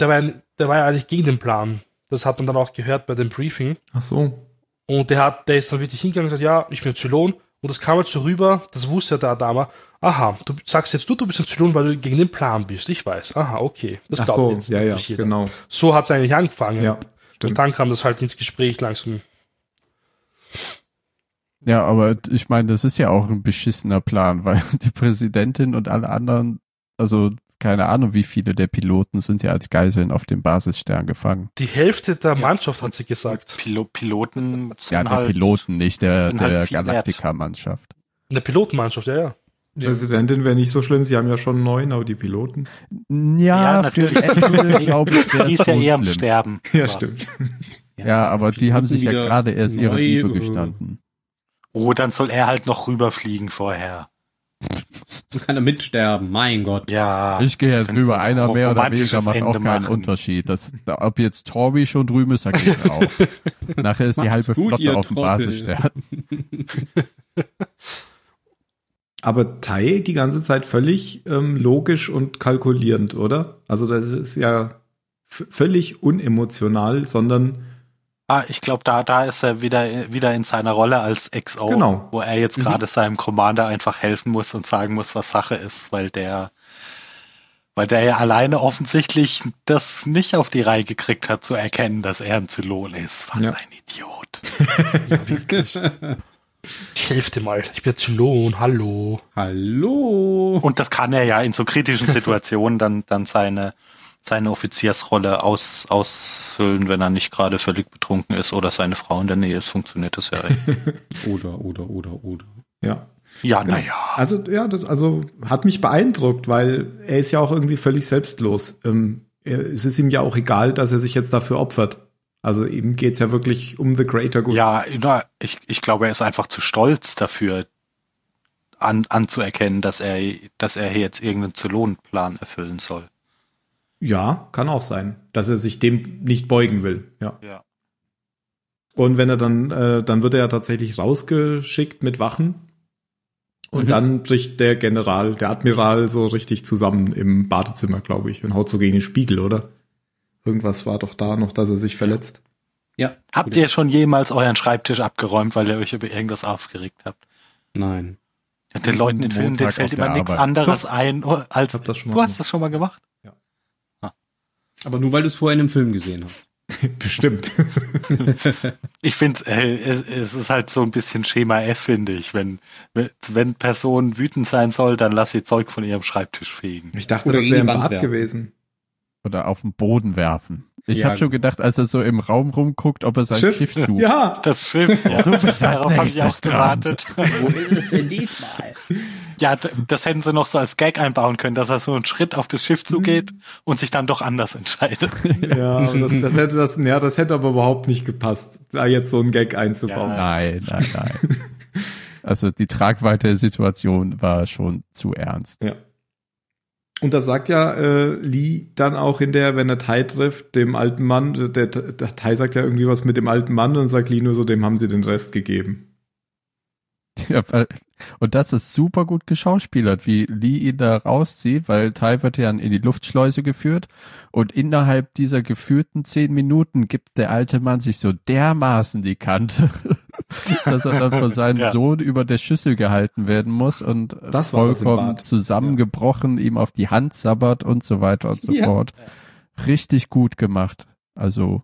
[SPEAKER 3] der war, ja- der war ja eigentlich gegen den Plan. Das hat man dann auch gehört bei dem Briefing.
[SPEAKER 1] Ach so.
[SPEAKER 3] Und der hat, der ist dann wirklich hingegangen und gesagt, ja, ich bin ein Zylon. Und das kam halt so rüber, das wusste ja der Adama. Aha, du sagst jetzt du, du bist ein Zylon, weil du gegen den Plan bist. Ich weiß. Aha, okay. Das
[SPEAKER 1] Ach
[SPEAKER 3] glaubt
[SPEAKER 1] so,
[SPEAKER 3] jetzt
[SPEAKER 1] ja, ja,
[SPEAKER 3] nicht jeder.
[SPEAKER 1] genau.
[SPEAKER 3] So hat es eigentlich angefangen.
[SPEAKER 1] Ja,
[SPEAKER 3] und
[SPEAKER 1] stimmt.
[SPEAKER 3] dann kam das halt ins Gespräch langsam.
[SPEAKER 5] Ja, aber ich meine, das ist ja auch ein beschissener Plan, weil die Präsidentin und alle anderen, also keine Ahnung, wie viele der Piloten sind ja als Geiseln auf dem Basisstern gefangen.
[SPEAKER 3] Die Hälfte der Mannschaft hat sie gesagt.
[SPEAKER 4] Pilo Piloten sind
[SPEAKER 5] Ja, der
[SPEAKER 4] halt,
[SPEAKER 5] Piloten, nicht der,
[SPEAKER 4] sind halt
[SPEAKER 5] der
[SPEAKER 4] viel wert.
[SPEAKER 5] Galaktiker-Mannschaft.
[SPEAKER 3] Eine Pilotenmannschaft, ja, ja.
[SPEAKER 1] Präsidentin wäre nicht so schlimm, sie haben ja schon neun, aber die Piloten.
[SPEAKER 5] Ja,
[SPEAKER 4] Ja, natürlich.
[SPEAKER 5] für Apple, glaube ich,
[SPEAKER 4] Die ist ja eher am
[SPEAKER 5] schlimm.
[SPEAKER 4] Sterben.
[SPEAKER 1] Ja,
[SPEAKER 4] Aber
[SPEAKER 1] stimmt.
[SPEAKER 5] Ja, aber die haben sich ja
[SPEAKER 2] wieder
[SPEAKER 5] gerade erst ihre
[SPEAKER 2] neu,
[SPEAKER 5] Liebe
[SPEAKER 2] äh,
[SPEAKER 5] gestanden.
[SPEAKER 4] Oh, dann soll er halt noch rüberfliegen vorher.
[SPEAKER 2] Dann kann er mitsterben, mein Gott.
[SPEAKER 4] Ja.
[SPEAKER 5] Ich gehe jetzt
[SPEAKER 4] kannst
[SPEAKER 5] rüber.
[SPEAKER 4] du
[SPEAKER 5] Einer
[SPEAKER 4] auch
[SPEAKER 5] mehr oder
[SPEAKER 4] ah, romantisches
[SPEAKER 5] weniger macht
[SPEAKER 4] Ende
[SPEAKER 5] auch keinen
[SPEAKER 4] machen.
[SPEAKER 5] Unterschied. Das, da- ob jetzt Torbi schon drüben ist, da geht auch. Nachher ist die
[SPEAKER 2] Macht's
[SPEAKER 5] halbe
[SPEAKER 2] gut, ihr
[SPEAKER 5] Flotte auf dem
[SPEAKER 2] Trottel.
[SPEAKER 5] Basisstern.
[SPEAKER 1] Aber Tai die ganze Zeit völlig ähm, logisch und kalkulierend, oder? Also das ist ja v- völlig unemotional, sondern
[SPEAKER 4] Ah, ich glaube, da, da ist er wieder, wieder in seiner Rolle als XO,
[SPEAKER 1] Genau.
[SPEAKER 4] wo er jetzt
[SPEAKER 2] Mhm.
[SPEAKER 4] gerade seinem Commander einfach helfen muss und sagen muss, was Sache ist, weil der, weil der ja alleine offensichtlich das nicht auf die Reihe gekriegt hat, zu erkennen, dass er ein Zylon ist. Was
[SPEAKER 1] Ja.
[SPEAKER 4] ein Idiot.
[SPEAKER 3] Ja, wirklich. Ich helfe dir mal. Ich bin jetzt Zylon, hallo.
[SPEAKER 2] Hallo.
[SPEAKER 4] Und das kann er ja in so kritischen Situationen dann, dann seine, seine Offiziersrolle aus, ausfüllen, wenn er nicht gerade völlig betrunken ist oder seine Frau in der Nähe ist, funktioniert das ja.
[SPEAKER 2] Oder, oder, oder, oder.
[SPEAKER 1] ja.
[SPEAKER 4] ja, naja.
[SPEAKER 1] Also ja, das, also hat mich beeindruckt, weil er ist ja auch irgendwie völlig selbstlos. Ähm, er, es ist ihm ja auch egal, dass er sich jetzt dafür opfert. Also ihm geht's ja wirklich um the greater good.
[SPEAKER 4] Ja, na, ich, ich glaube, er ist einfach zu stolz dafür, an, anzuerkennen, dass er, dass er hier jetzt irgendeinen Zylonplan erfüllen soll.
[SPEAKER 1] ja, kann auch sein, dass er sich dem nicht beugen will. Ja.
[SPEAKER 4] Ja.
[SPEAKER 1] Und wenn er dann, äh, dann wird er ja tatsächlich rausgeschickt mit Wachen. Und
[SPEAKER 2] Mhm.
[SPEAKER 1] dann bricht der General, der Admiral so richtig zusammen im Badezimmer, glaube ich, und haut so gegen den Spiegel, oder? Irgendwas war doch da noch, dass er sich verletzt.
[SPEAKER 2] Ja.
[SPEAKER 4] Habt
[SPEAKER 2] Oder-
[SPEAKER 4] ihr schon jemals euren Schreibtisch abgeräumt, weil ihr euch über irgendwas aufgeregt habt?
[SPEAKER 2] Nein.
[SPEAKER 4] Ja, den Leuten in Filmen, denen
[SPEAKER 5] Montag
[SPEAKER 4] fällt
[SPEAKER 5] auf der
[SPEAKER 4] immer nichts
[SPEAKER 5] Arbeit.
[SPEAKER 4] anderes ein, als
[SPEAKER 1] Ich hab das schon mal
[SPEAKER 4] du hast
[SPEAKER 1] gemacht.
[SPEAKER 4] das schon mal gemacht.
[SPEAKER 2] Aber nur weil du es vorher in einem Film gesehen hast.
[SPEAKER 1] Bestimmt.
[SPEAKER 4] Ich finde, äh, es, es ist halt so ein bisschen Schema F, finde ich. Wenn, wenn Personen wütend sein soll, dann lass sie Zeug von ihrem Schreibtisch fegen.
[SPEAKER 1] Ich dachte,
[SPEAKER 2] Oder
[SPEAKER 1] das
[SPEAKER 2] gegen
[SPEAKER 1] wäre
[SPEAKER 2] die
[SPEAKER 1] im
[SPEAKER 2] Wand
[SPEAKER 1] Bad
[SPEAKER 2] werfen.
[SPEAKER 1] gewesen.
[SPEAKER 5] Oder auf den Boden werfen. Ich
[SPEAKER 2] Ja.
[SPEAKER 5] habe schon gedacht, als er so im Raum rumguckt, ob er sein
[SPEAKER 1] Schiff?
[SPEAKER 5] Schiff, sucht.
[SPEAKER 1] Ja,
[SPEAKER 4] Das Schiff, ja.
[SPEAKER 5] Du bist als
[SPEAKER 4] Darauf habe ich
[SPEAKER 5] nächstes
[SPEAKER 4] auch
[SPEAKER 5] dran.
[SPEAKER 4] gewartet.
[SPEAKER 2] Wo ist es denn diesmal?
[SPEAKER 4] Ja, d- das hätten sie noch so als Gag einbauen können, dass er so einen Schritt auf das Schiff zugeht
[SPEAKER 2] Mhm.
[SPEAKER 4] und sich dann doch anders entscheidet.
[SPEAKER 1] ja, aber das, das hätte das, ja, das hätte aber überhaupt nicht gepasst, da jetzt so einen Gag einzubauen.
[SPEAKER 5] Nein, nein, nein. Also die Tragweite der Situation war schon zu ernst.
[SPEAKER 1] Ja. Und das sagt ja äh, Lee dann auch in der, wenn er Tai trifft, dem alten Mann, der, der Tai sagt ja irgendwie was mit dem alten Mann und sagt Lee nur so, dem haben sie den Rest gegeben.
[SPEAKER 5] Ja, weil- Und das ist super gut geschauspielert, wie Lee ihn da rauszieht, weil Tai wird ja in die Luftschleuse geführt und innerhalb dieser geführten zehn Minuten gibt der alte Mann sich so dermaßen die Kante, dass er dann von seinem
[SPEAKER 4] Ja.
[SPEAKER 5] Sohn über der Schüssel gehalten werden muss und
[SPEAKER 1] Das war das im
[SPEAKER 5] vollkommen
[SPEAKER 1] Bad.
[SPEAKER 5] zusammengebrochen ihm auf die Hand sabbert und so weiter und so
[SPEAKER 2] Ja.
[SPEAKER 5] fort. Richtig gut gemacht. Also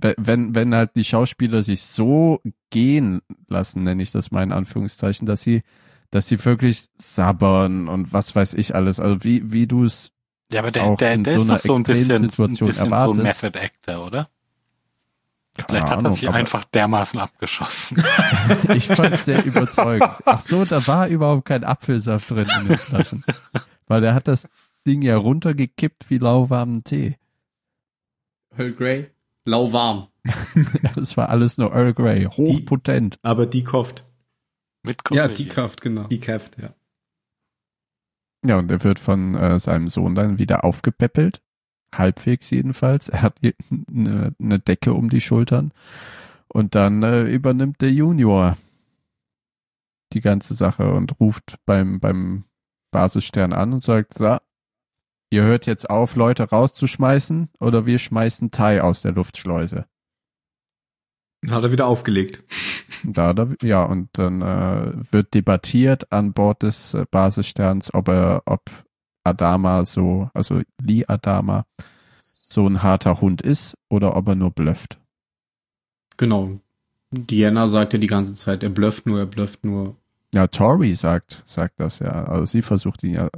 [SPEAKER 5] we- wenn, wenn halt die Schauspieler sich so gehen lassen, nenne ich das mal in Anführungszeichen, dass sie, dass sie wirklich sabbern und was weiß ich alles. Also wie, wie du es,
[SPEAKER 4] Ja, aber
[SPEAKER 5] Auch in so einer Extremsituation
[SPEAKER 4] so ein
[SPEAKER 5] erwartet.
[SPEAKER 4] Method Actor, oder? Vielleicht hat er
[SPEAKER 5] Ahnung,
[SPEAKER 4] sich
[SPEAKER 5] aber-
[SPEAKER 4] einfach dermaßen abgeschossen.
[SPEAKER 5] ich fand sehr überzeugend. Ach so, da war überhaupt kein Apfelsaft drin in den Flaschen. Weil der hat das Ding ja runtergekippt wie lauwarmen Tee.
[SPEAKER 2] Earl Grey? Lauwarm.
[SPEAKER 5] Das war alles nur Earl Grey, hochpotent.
[SPEAKER 1] Aber die kofft,
[SPEAKER 4] Mit
[SPEAKER 2] Ja,
[SPEAKER 4] Komödie.
[SPEAKER 2] die Kraft, genau.
[SPEAKER 1] die käfft, ja.
[SPEAKER 5] Ja, und er wird von äh, seinem Sohn dann wieder aufgepäppelt. Halbwegs jedenfalls. Er hat je- eine eine Decke um die Schultern. Und dann äh, übernimmt der Junior die ganze Sache und ruft beim, beim Basisstern an und sagt, so, ihr hört jetzt auf, Leute rauszuschmeißen oder wir schmeißen Tai aus der Luftschleuse.
[SPEAKER 1] Hat er wieder aufgelegt.
[SPEAKER 5] Da, da, ja, und dann äh, wird debattiert an Bord des äh, Basissterns, ob er, ob Adama so, also Lee Adama, so ein harter Hund ist oder ob er nur blufft.
[SPEAKER 2] Genau. Diana sagt ja die ganze Zeit, er blufft nur, er blufft nur.
[SPEAKER 5] Ja, Tori sagt, sagt das ja. Also sie versucht ihn ja,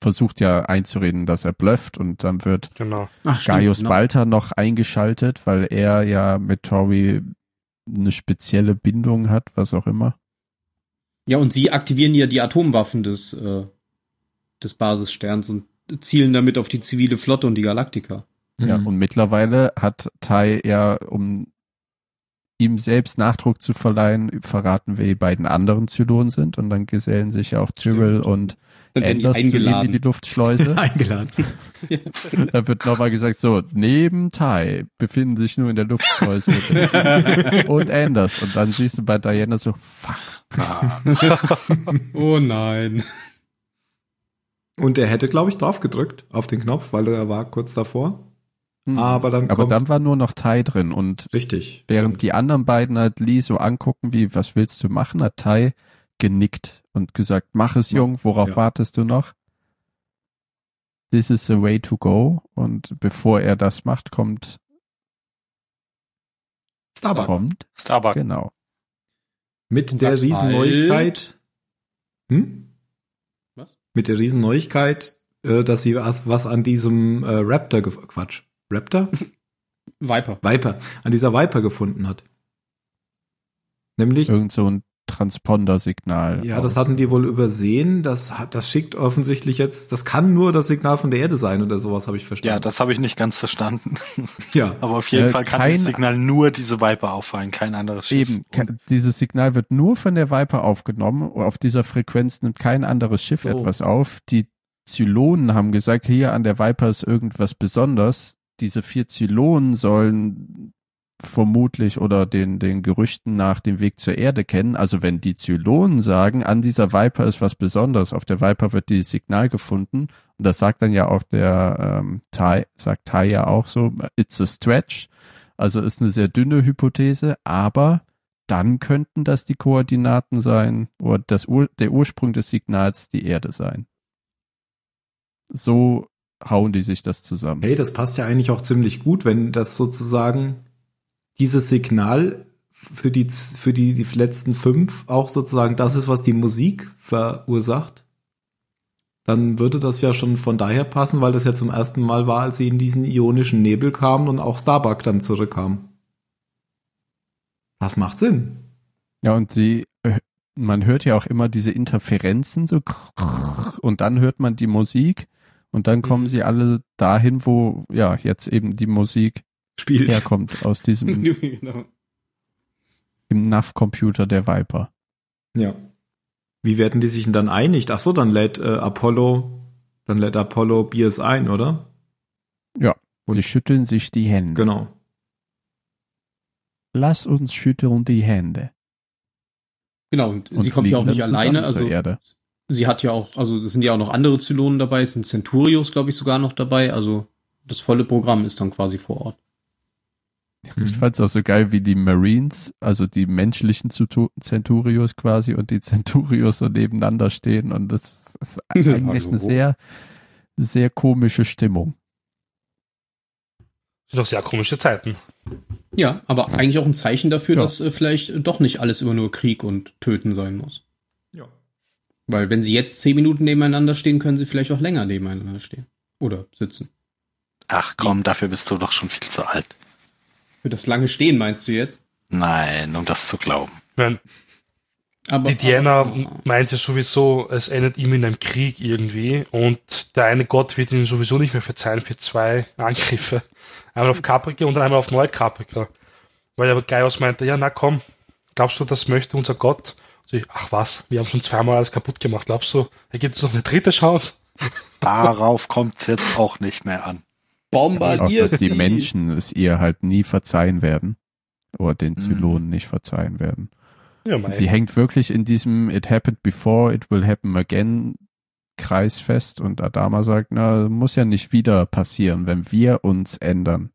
[SPEAKER 5] versucht ja einzureden, dass er blufft und dann wird
[SPEAKER 3] Genau.
[SPEAKER 2] Ach,
[SPEAKER 5] Gaius
[SPEAKER 2] genau.
[SPEAKER 5] Balta noch eingeschaltet, weil er ja mit Tori eine spezielle Bindung hat, was auch immer.
[SPEAKER 2] Ja, und sie aktivieren ja die Atomwaffen des, äh, des Basissterns und zielen damit auf die zivile
[SPEAKER 1] Mhm.
[SPEAKER 2] Flotte und die Galaktiker.
[SPEAKER 5] Ja, und mittlerweile hat Tai ja, um ihm selbst Nachdruck zu verleihen, verraten wir die beiden anderen Zylonen sind und dann gesellen sich auch Tyrell und
[SPEAKER 2] Dann werden die
[SPEAKER 5] Anders zu ihm in die
[SPEAKER 2] eingeladen.
[SPEAKER 5] Luftschleuse.
[SPEAKER 1] Eingeladen.
[SPEAKER 5] da wird nochmal gesagt, so, neben Tai befinden sich nur in der Luftschleuse und Anders. Und dann siehst du bei Diana so, fuck,
[SPEAKER 2] Oh nein.
[SPEAKER 1] Und er hätte, glaube ich, drauf gedrückt auf den Knopf, weil er war kurz davor.
[SPEAKER 5] hm.
[SPEAKER 1] Aber dann
[SPEAKER 5] Aber
[SPEAKER 1] kommt
[SPEAKER 5] dann war nur noch Tai drin und
[SPEAKER 1] richtig.
[SPEAKER 5] während die anderen beiden halt Lee so angucken, wie, was willst du machen, hat Tai genickt und gesagt, mach es, Jung, worauf
[SPEAKER 1] Ja.
[SPEAKER 5] wartest du noch? This is the way to go. Und bevor er das macht, kommt,
[SPEAKER 1] Starbuck.
[SPEAKER 5] kommt,
[SPEAKER 4] Starbuck.
[SPEAKER 5] genau.
[SPEAKER 1] Mit der
[SPEAKER 2] Sagt
[SPEAKER 1] Riesenneuigkeit. Hm?
[SPEAKER 2] Was?
[SPEAKER 1] Mit der Riesenneuigkeit, äh, dass sie was, was an diesem äh, Raptor, gef- Quatsch, Raptor?
[SPEAKER 2] Viper.
[SPEAKER 1] Viper, an dieser Viper gefunden hat. Nämlich,
[SPEAKER 5] Irgend so ein Transponder-Signal.
[SPEAKER 1] Äh, ja, das hatten die wohl übersehen. Das hat, das schickt offensichtlich jetzt, das kann nur das Signal von der Erde sein oder sowas, habe ich
[SPEAKER 4] Ja,
[SPEAKER 1] verstanden.
[SPEAKER 4] das habe ich nicht ganz verstanden.
[SPEAKER 1] Ja,
[SPEAKER 4] Aber auf jeden
[SPEAKER 5] Äh,
[SPEAKER 4] Fall kann
[SPEAKER 5] kein-
[SPEAKER 4] das Signal nur diese Viper auffallen, kein anderes Schiff.
[SPEAKER 5] Eben, ke- dieses Signal wird nur von der Viper aufgenommen. Auf dieser Frequenz nimmt kein anderes Schiff
[SPEAKER 1] So.
[SPEAKER 5] etwas auf. Die Zylonen haben gesagt, hier an der Viper ist irgendwas besonders. Diese vier Zylonen sollen vermutlich oder den, den Gerüchten nach den Weg zur Erde kennen. Also wenn die Zylonen sagen, an dieser Viper ist was Besonderes, auf der Viper wird dieses Signal gefunden. Und das sagt dann ja auch der ähm, Tai, sagt Tai ja auch so, it's a stretch. Also ist eine sehr dünne Hypothese, aber dann könnten das die Koordinaten sein oder das Ur der Ursprung des Signals die Erde sein. So hauen die sich das zusammen.
[SPEAKER 1] Hey, das passt ja eigentlich auch ziemlich gut, wenn das sozusagen dieses Signal für die, für die, die letzten fünf auch sozusagen das ist, was die Musik verursacht. Dann würde das ja schon von daher passen, weil das ja zum ersten Mal war, als sie in diesen ionischen Nebel kamen und auch Starbuck dann zurückkam. Das macht Sinn.
[SPEAKER 5] Ja, und sie, äh, man hört ja auch immer diese Interferenzen so krr, krr, und dann hört man die Musik und dann
[SPEAKER 1] Mhm.
[SPEAKER 5] kommen sie alle dahin, wo ja jetzt eben die Musik
[SPEAKER 1] Spielt.
[SPEAKER 5] herkommt aus diesem
[SPEAKER 2] genau.
[SPEAKER 5] im NAV-Computer der Viper.
[SPEAKER 1] Ja. Wie werden die sich denn dann einig? Ach so, dann lädt äh, Apollo, dann lädt Apollo Biers ein, oder?
[SPEAKER 5] Sie schütteln sich die Hände.
[SPEAKER 1] Genau.
[SPEAKER 5] Lass uns schütteln die Hände.
[SPEAKER 2] Genau, und,
[SPEAKER 5] Und
[SPEAKER 2] sie kommt ja auch
[SPEAKER 5] fliegen dann
[SPEAKER 2] nicht
[SPEAKER 5] zusammen
[SPEAKER 2] alleine.
[SPEAKER 5] zur
[SPEAKER 2] Also
[SPEAKER 5] Erde.
[SPEAKER 2] sie hat ja auch, also es sind ja auch noch andere Zylonen dabei, es sind Centurios, glaube ich, sogar noch dabei. Also das volle Programm ist dann quasi vor Ort.
[SPEAKER 5] Ich fand's auch so geil, wie die Marines, also die menschlichen Zutu- Centurios quasi und die Centurios so nebeneinander stehen und das ist eigentlich
[SPEAKER 2] Hallo.
[SPEAKER 5] eine sehr, sehr komische Stimmung.
[SPEAKER 3] Sind doch sehr komische Zeiten.
[SPEAKER 2] Ja, aber eigentlich auch ein Zeichen dafür,
[SPEAKER 5] Ja.
[SPEAKER 2] dass äh, vielleicht doch nicht alles immer nur Krieg und Töten sein muss.
[SPEAKER 1] Ja.
[SPEAKER 2] Weil wenn sie jetzt zehn Minuten nebeneinander stehen, können sie vielleicht auch länger nebeneinander stehen. Oder sitzen.
[SPEAKER 4] Ach komm, dafür bist du doch schon viel zu alt.
[SPEAKER 2] Für das lange Stehen meinst du jetzt?
[SPEAKER 4] Nein, um das zu glauben.
[SPEAKER 3] Ich meine,
[SPEAKER 2] Aber, Ah.
[SPEAKER 3] die Diana
[SPEAKER 2] aber-
[SPEAKER 3] meinte sowieso, es endet ihm in einem Krieg irgendwie und der eine Gott wird ihn sowieso nicht mehr verzeihen für zwei Angriffe. Einmal auf Caprica und dann einmal auf Neucaprica. Weil der Gaius meinte, ja, na komm, glaubst du, das möchte unser Gott? Und ich, ach was, wir haben schon zweimal alles kaputt gemacht. Glaubst du, er gibt uns noch eine dritte Chance?
[SPEAKER 4] Darauf kommt es jetzt auch nicht mehr an.
[SPEAKER 5] Auch,
[SPEAKER 2] bombardiert
[SPEAKER 5] dass die
[SPEAKER 2] sie.
[SPEAKER 5] Menschen es ihr halt nie verzeihen werden. Oder den
[SPEAKER 4] Mhm.
[SPEAKER 5] Zylonen nicht verzeihen werden.
[SPEAKER 3] Ja,
[SPEAKER 5] Und sie
[SPEAKER 3] mein.
[SPEAKER 5] hängt wirklich in diesem It happened before, it will happen again Kreis fest und Adama sagt, na, muss ja nicht wieder passieren, wenn wir uns ändern.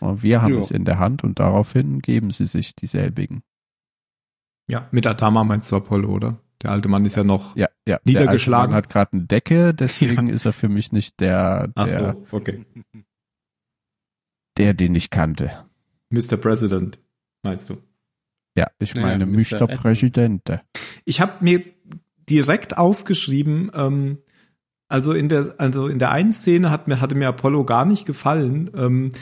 [SPEAKER 5] Und wir haben
[SPEAKER 2] Ja.
[SPEAKER 5] es in der Hand und daraufhin geben sie sich dieselbigen.
[SPEAKER 1] Ja, mit Adama meinst du Apollo, oder? Der alte Mann ist ja noch.
[SPEAKER 5] Ja, ja.
[SPEAKER 1] Niedergeschlagen.
[SPEAKER 5] Der alte Mann hat gerade eine Decke, deswegen ist er für mich nicht der,
[SPEAKER 1] Ach
[SPEAKER 5] der,
[SPEAKER 1] so, okay.
[SPEAKER 5] der, den ich kannte.
[SPEAKER 1] Mr. President, meinst du?
[SPEAKER 5] Ja, ich
[SPEAKER 2] Naja,
[SPEAKER 5] meine,
[SPEAKER 2] Mr.
[SPEAKER 5] Mr.
[SPEAKER 2] Edmund.
[SPEAKER 5] Präsidente.
[SPEAKER 1] Ich habe mir direkt aufgeschrieben, ähm, also in der, also in der einen Szene hat mir, hatte mir Apollo gar nicht gefallen. Ähm,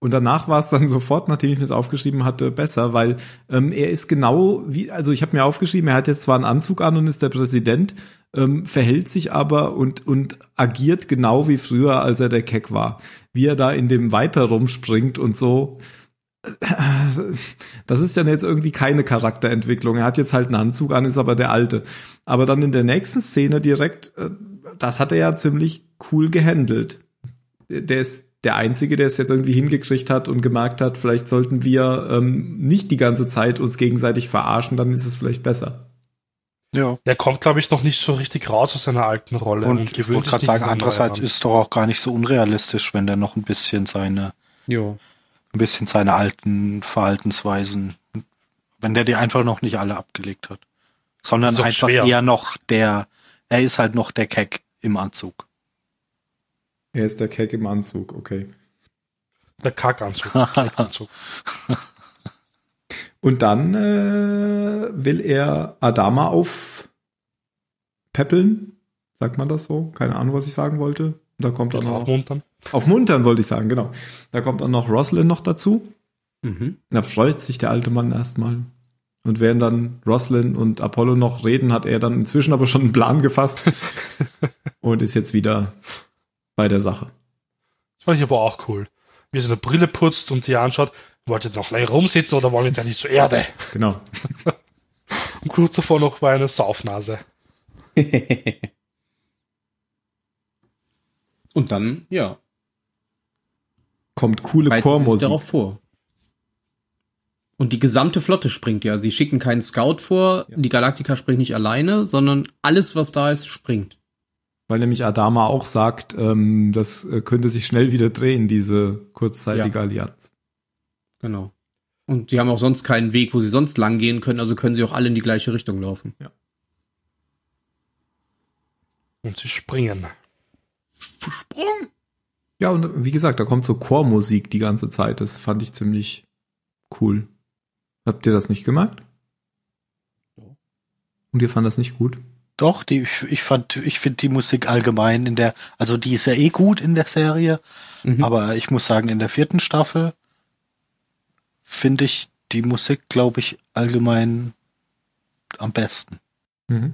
[SPEAKER 1] und danach war es dann sofort, nachdem ich mir das aufgeschrieben hatte, besser, weil ähm, er ist genau wie, also ich habe mir aufgeschrieben, er hat jetzt zwar einen Anzug an und ist der Präsident, ähm, verhält sich aber und, und agiert genau wie früher, als er der Keck war. Wie er da in dem Viper rumspringt und so. das ist dann jetzt irgendwie keine Charakterentwicklung. Er hat jetzt halt einen Anzug an, ist aber der alte. Aber dann in der nächsten Szene direkt, äh, das hat er ja ziemlich cool gehandelt. Der ist der Einzige, der es jetzt irgendwie hingekriegt hat und gemerkt hat, vielleicht sollten wir ähm, nicht die ganze Zeit uns gegenseitig verarschen, dann ist es vielleicht besser.
[SPEAKER 4] Ja.
[SPEAKER 3] Der kommt, glaube ich, noch nicht so richtig raus aus seiner alten Rolle
[SPEAKER 4] Und ich wollte gerade sagen, andererseits ist es doch auch gar nicht so unrealistisch, wenn der noch ein bisschen seine,
[SPEAKER 2] Jo.
[SPEAKER 4] ein bisschen seine alten Verhaltensweisen, wenn der die einfach noch nicht alle abgelegt hat, sondern
[SPEAKER 3] Ist doch
[SPEAKER 4] einfach
[SPEAKER 3] schwer.
[SPEAKER 4] eher noch der, er ist halt noch der Keck im Anzug.
[SPEAKER 1] Er ist der Keck im Anzug, okay.
[SPEAKER 3] der Kackanzug. Kackanzug.
[SPEAKER 1] Und dann äh, will er Adama aufpäppeln. Sagt man das so? Keine Ahnung, was ich sagen wollte. Und da kommt dann
[SPEAKER 3] Muss
[SPEAKER 1] auch.
[SPEAKER 3] Aufmuntern.
[SPEAKER 1] Aufmuntern wollte ich sagen, genau. Da kommt dann noch Roslyn noch dazu.
[SPEAKER 2] Mhm.
[SPEAKER 1] Da freut sich der alte Mann erstmal. Und während dann Roslyn und Apollo noch reden, hat er dann inzwischen aber schon einen Plan gefasst und ist jetzt wieder bei der Sache.
[SPEAKER 3] Das fand ich aber auch cool. Wie er seine Brille putzt und die anschaut, wollt ihr noch länger rumsitzen oder wollen wir jetzt endlich zur Erde?
[SPEAKER 1] Genau.
[SPEAKER 3] Und kurz davor noch war eine Saufnase.
[SPEAKER 2] Und dann, ja,
[SPEAKER 1] Kommt coole
[SPEAKER 2] bereiten sie sich
[SPEAKER 1] Chormusik.
[SPEAKER 2] darauf vor. Und die gesamte Flotte springt ja. Sie schicken keinen Scout vor,
[SPEAKER 1] Ja.
[SPEAKER 2] die Galactica springt nicht alleine, sondern alles, was da ist, springt.
[SPEAKER 1] Weil nämlich Adama auch sagt, ähm, das äh, könnte sich schnell wieder drehen, diese kurzzeitige Allianz.
[SPEAKER 2] Genau. Und die haben auch sonst keinen Weg, wo sie sonst lang gehen können, also können sie auch alle in die gleiche Richtung laufen.
[SPEAKER 3] Und sie springen.
[SPEAKER 2] Sprung!
[SPEAKER 1] Ja, und wie gesagt, da kommt so Chormusik die ganze Zeit. Das fand ich ziemlich cool. Habt ihr das nicht gemerkt? Und ihr fand das nicht gut?
[SPEAKER 4] Doch, die, ich, ich fand, ich finde die Musik allgemein in der, also die ist ja eh gut in der Serie,
[SPEAKER 2] Mhm.
[SPEAKER 4] aber ich muss sagen, in der vierten Staffel finde ich die Musik, glaube ich, allgemein am besten.
[SPEAKER 1] Mhm.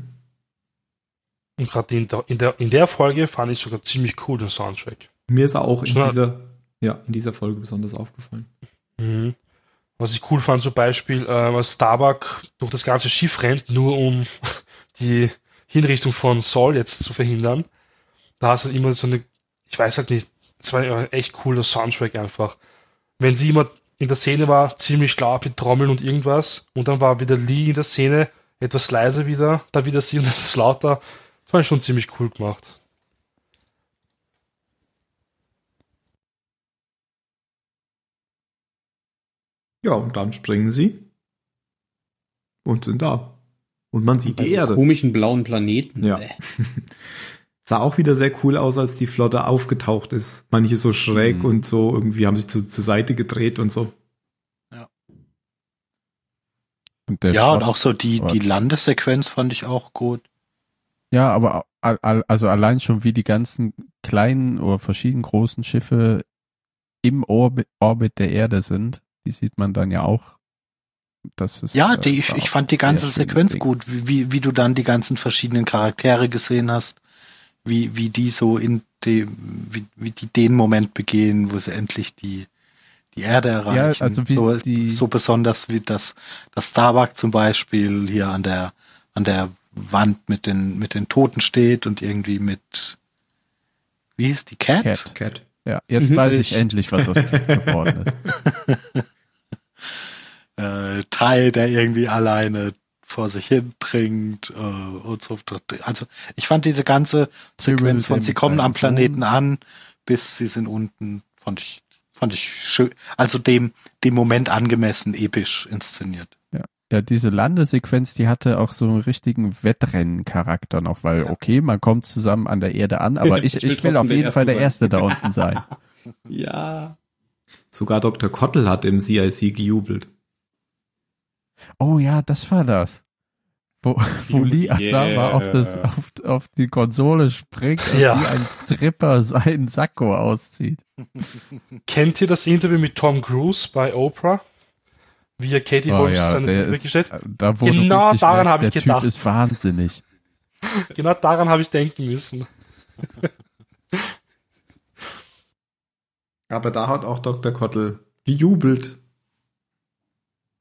[SPEAKER 3] Und gerade in der, in, der, in der Folge fand ich sogar ziemlich cool den Soundtrack.
[SPEAKER 1] Mir ist er auch in
[SPEAKER 3] Schon-
[SPEAKER 1] dieser, ja, in dieser Folge besonders aufgefallen.
[SPEAKER 3] Mhm. Was ich cool fand, zum Beispiel, äh, als Starbuck durch das ganze Schiff rennt, nur um die Hinrichtung von Saul jetzt zu verhindern. Da hast du immer so eine, ich weiß halt nicht, es war ein echt cooler Soundtrack einfach. Wenn sie immer in der Szene war, ziemlich laut mit Trommeln und irgendwas, und dann war wieder Lee in der Szene, etwas leiser wieder, da wieder sie und etwas lauter. Das war schon ziemlich cool gemacht.
[SPEAKER 1] Ja, und dann springen sie und sind da. Und man sieht die
[SPEAKER 2] Bei einem
[SPEAKER 1] Erde.
[SPEAKER 2] Also Komischen blauen Planeten.
[SPEAKER 1] Ja.
[SPEAKER 2] Bäh.
[SPEAKER 1] Sah auch wieder sehr cool aus, als die Flotte aufgetaucht ist. Manche so schräg
[SPEAKER 5] Mhm.
[SPEAKER 1] und so irgendwie haben sich zu, zur Seite gedreht und so.
[SPEAKER 5] Und der
[SPEAKER 4] ja, und
[SPEAKER 5] Schrott-
[SPEAKER 4] auch so die,
[SPEAKER 5] aber-
[SPEAKER 4] die Landesequenz fand ich auch gut.
[SPEAKER 5] Ja, aber al- al- also allein schon wie die ganzen kleinen oder verschiedenen großen Schiffe im Orbi Orbit der Erde sind, die sieht man dann ja auch. Das ist
[SPEAKER 4] Ja,
[SPEAKER 5] äh,
[SPEAKER 4] die, ich,
[SPEAKER 5] war
[SPEAKER 4] ich
[SPEAKER 5] auch
[SPEAKER 4] fand die
[SPEAKER 5] ein sehr
[SPEAKER 4] ganze
[SPEAKER 5] schönes
[SPEAKER 4] Sequenz
[SPEAKER 5] Ding.
[SPEAKER 4] gut, wie, wie, wie du dann die ganzen verschiedenen Charaktere gesehen hast, wie, wie die so in dem, wie, wie die den Moment begehen, wo sie endlich die, die Erde erreichen.
[SPEAKER 5] also wie
[SPEAKER 4] so,
[SPEAKER 5] die-
[SPEAKER 4] so besonders wie das, das Starbuck zum Beispiel hier an der, an der Wand mit den, mit den Toten steht und irgendwie mit, wie hieß die Cat?
[SPEAKER 5] Cat.
[SPEAKER 1] Cat.
[SPEAKER 5] Ja, jetzt
[SPEAKER 2] Mhm.
[SPEAKER 5] weiß ich
[SPEAKER 4] Ich-
[SPEAKER 5] endlich, was aus Cat geworden ist.
[SPEAKER 4] äh, Teil, der irgendwie alleine vor sich hin trinkt äh, und so. Also ich fand diese ganze Sequenz
[SPEAKER 5] der
[SPEAKER 4] von sie
[SPEAKER 5] mit
[SPEAKER 4] kommen am
[SPEAKER 5] seinem
[SPEAKER 4] Planeten
[SPEAKER 5] Sohn.
[SPEAKER 4] an, bis sie sind unten, fand ich, fand ich schön, also dem, dem Moment angemessen episch inszeniert.
[SPEAKER 5] Ja, diese Landesequenz, die hatte auch so einen richtigen Wettrennencharakter noch, weil okay, man kommt zusammen an der Erde an, aber
[SPEAKER 2] Ich
[SPEAKER 5] ich, ich,
[SPEAKER 2] will
[SPEAKER 5] will,
[SPEAKER 2] trotzdem
[SPEAKER 5] auf
[SPEAKER 2] der
[SPEAKER 5] jeden Fall der
[SPEAKER 2] Erste
[SPEAKER 5] Erste da unten sein.
[SPEAKER 1] Ja. Sogar Dr. Kottel hat im CIC gejubelt.
[SPEAKER 5] Oh ja, das war das. Wo, wo Lee Adama auf, das, auf, auf die Konsole springt und
[SPEAKER 3] Ja.
[SPEAKER 5] wie ein Stripper seinen Sakko auszieht.
[SPEAKER 3] Kennt ihr das Interview mit Tom Cruise bei Oprah? Wie er Katie
[SPEAKER 5] Oh
[SPEAKER 3] Holmes seine Brille gestellt?
[SPEAKER 5] äh, da wurde
[SPEAKER 3] Genau
[SPEAKER 5] richtig
[SPEAKER 3] daran
[SPEAKER 5] merkt,
[SPEAKER 3] habe ich
[SPEAKER 5] der
[SPEAKER 3] gedacht.
[SPEAKER 5] Typ ist wahnsinnig.
[SPEAKER 3] Genau daran habe ich denken müssen.
[SPEAKER 1] Aber da hat auch Dr. Kottel gejubelt.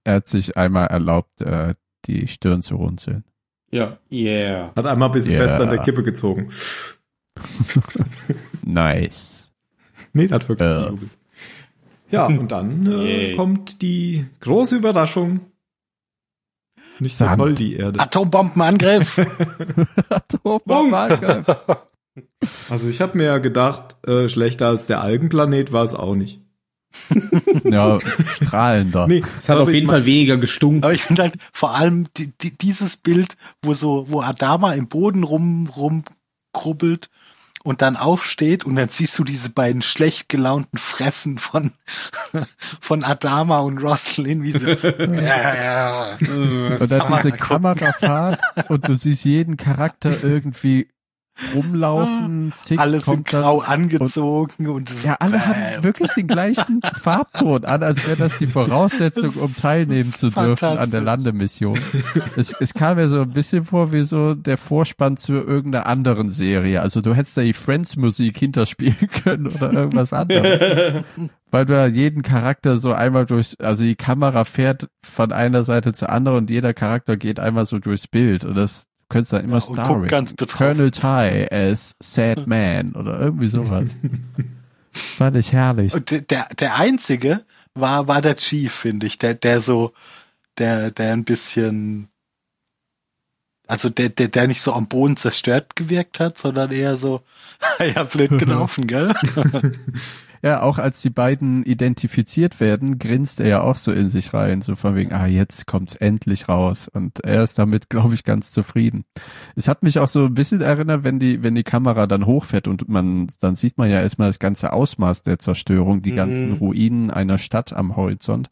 [SPEAKER 5] er hat sich einmal erlaubt, äh, die Stirn zu runzeln.
[SPEAKER 2] Ja. Yeah.
[SPEAKER 1] Hat einmal ein bisschen
[SPEAKER 5] Ja.
[SPEAKER 1] fest an der Kippe gezogen.
[SPEAKER 5] Nice.
[SPEAKER 1] Nee, das hat wirklich
[SPEAKER 5] Äh.
[SPEAKER 1] gejubelt. Ja, und dann äh,
[SPEAKER 2] Yay.
[SPEAKER 1] kommt die große Überraschung. Ist nicht so
[SPEAKER 5] Sand.
[SPEAKER 1] toll, die
[SPEAKER 4] Ah.
[SPEAKER 1] Erde.
[SPEAKER 4] Atombombenangriff.
[SPEAKER 5] Atombombenangriff.
[SPEAKER 1] Also ich habe mir ja gedacht, äh, schlechter als der Algenplanet war es auch nicht.
[SPEAKER 5] ja, strahlender.
[SPEAKER 1] Nee,
[SPEAKER 2] Ah. Es hat auf jeden Fall weniger gestunken.
[SPEAKER 4] Aber ich finde halt vor allem die, die, dieses Bild, wo so, wo Adama im Boden rum, rumkrubbelt und dann aufsteht und dann siehst du diese beiden schlecht gelaunten Fressen von, von Adama und Roslin, wie so,
[SPEAKER 5] Und
[SPEAKER 4] Kamera
[SPEAKER 5] dann diese
[SPEAKER 4] gucken.
[SPEAKER 5] Kamerafahrt und du siehst jeden Charakter irgendwie
[SPEAKER 3] Ah,
[SPEAKER 5] rumlaufen. Six
[SPEAKER 4] alles in
[SPEAKER 5] kommt dann-
[SPEAKER 4] grau angezogen und, es-
[SPEAKER 5] Ja, alle haben wirklich den gleichen Farbton an, als wäre das die Voraussetzung, um teilnehmen zu dürfen an der
[SPEAKER 4] fantastisch.
[SPEAKER 5] Landemission. Es, es kam mir so ein bisschen vor wie so der Vorspann zu irgendeiner anderen Serie. Also du hättest da die Friends-Musik hinterspielen können oder irgendwas anderes. Weil du ja jeden Charakter so einmal durch, also die Kamera fährt von einer Seite zur anderen und jeder Charakter geht einmal so durchs Bild und das du könntest dann immer
[SPEAKER 4] Ja, und guckt
[SPEAKER 5] starring.
[SPEAKER 4] ganz betroffen.
[SPEAKER 5] Colonel Ty as Sad Man oder irgendwie sowas. Fand ich herrlich.
[SPEAKER 4] Und der- der, der einzige war, war der Chief, finde ich, der, der so, der, der ein bisschen, also der, der, der nicht so am Boden zerstört gewirkt hat, sondern eher so, ja,
[SPEAKER 5] Mhm.
[SPEAKER 4] blöd gelaufen, gell?
[SPEAKER 5] Ja, auch als die beiden identifiziert werden, grinst er ja auch so in sich rein, so von wegen, ah, jetzt kommt's endlich raus. Und er ist damit, glaube ich, ganz zufrieden. Es hat mich auch so ein bisschen erinnert, wenn die, wenn die Kamera dann hochfährt und man, dann sieht man ja erstmal das ganze Ausmaß der Zerstörung, die
[SPEAKER 3] Mhm.
[SPEAKER 5] ganzen Ruinen einer Stadt am Horizont,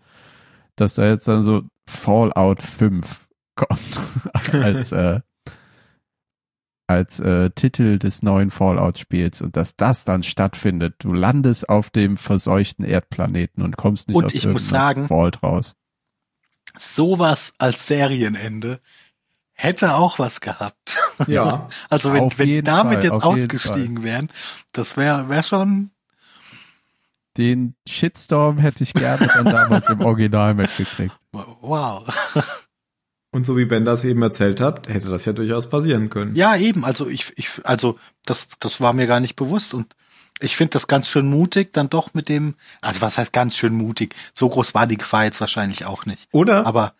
[SPEAKER 5] dass da jetzt dann so Fallout 5 kommt als, äh, als äh, Titel des neuen Fallout-Spiels und dass das dann stattfindet. Du landest auf dem verseuchten Erdplaneten und kommst nicht
[SPEAKER 4] Und
[SPEAKER 5] aus
[SPEAKER 4] ich muss
[SPEAKER 5] irgendeinem
[SPEAKER 4] sagen-
[SPEAKER 5] Vault raus.
[SPEAKER 4] Sowas als Serienende hätte auch was gehabt.
[SPEAKER 1] Ja,
[SPEAKER 4] Also wenn,
[SPEAKER 5] Auf
[SPEAKER 4] wenn die
[SPEAKER 5] jeden
[SPEAKER 4] damit
[SPEAKER 5] Fall,
[SPEAKER 4] jetzt
[SPEAKER 5] auf jeden
[SPEAKER 4] ausgestiegen wären, das wäre wär schon,
[SPEAKER 5] Den Shitstorm hätte ich gerne dann damals im Original mitgekriegt.
[SPEAKER 4] wow.
[SPEAKER 1] und so wie Ben das eben erzählt hat, hätte das ja durchaus passieren können.
[SPEAKER 4] Ja, eben. Also ich, ich, also das, das war mir gar nicht bewusst und ich finde das ganz schön mutig, dann doch mit dem, also was heißt ganz schön mutig? So groß war die Gefahr jetzt wahrscheinlich auch nicht.
[SPEAKER 1] Oder
[SPEAKER 4] Aber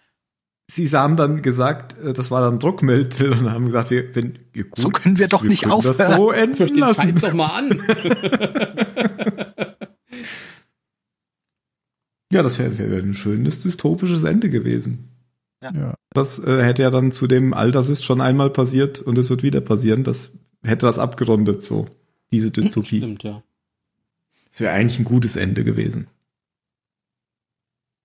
[SPEAKER 1] sie haben dann gesagt, äh, das war dann Druckmittel und haben gesagt, wir, wenn, ja, gut,
[SPEAKER 4] so können wir doch
[SPEAKER 1] wir
[SPEAKER 4] nicht
[SPEAKER 1] können das
[SPEAKER 4] aufhören.
[SPEAKER 1] so enden
[SPEAKER 2] Den Scheiß
[SPEAKER 1] lassen.
[SPEAKER 2] doch mal an.
[SPEAKER 1] Ja, das wäre wär ein schönes dystopisches Ende gewesen.
[SPEAKER 5] Ja.
[SPEAKER 1] Das äh, hätte ja dann zu dem All, das ist schon einmal passiert und es wird wieder passieren. Das hätte das abgerundet, so diese Dystopie.
[SPEAKER 2] Stimmt, ja.
[SPEAKER 1] Das wäre eigentlich ein gutes Ende gewesen.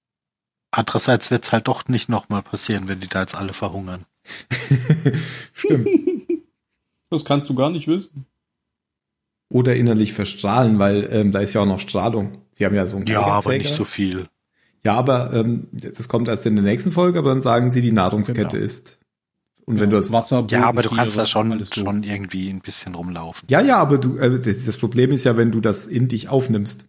[SPEAKER 4] Andererseits wird's halt doch nicht nochmal passieren, wenn die da jetzt alle verhungern.
[SPEAKER 1] Stimmt.
[SPEAKER 2] Das kannst du gar nicht wissen.
[SPEAKER 1] Oder innerlich verstrahlen, weil ähm, da ist ja auch noch Strahlung. Sie haben ja so einen Geigerzähler.
[SPEAKER 4] viel.
[SPEAKER 1] Ja, aber ähm, das kommt erst in der nächsten Folge, aber dann sagen sie, die Nahrungskette
[SPEAKER 5] Genau.
[SPEAKER 1] ist. Und wenn du das
[SPEAKER 2] Wasser,
[SPEAKER 4] Ja, aber du kannst da schon,
[SPEAKER 2] alles
[SPEAKER 4] schon irgendwie ein bisschen rumlaufen.
[SPEAKER 1] Ja, ja, aber du äh, das das Problem ist ja, wenn du das in dich aufnimmst,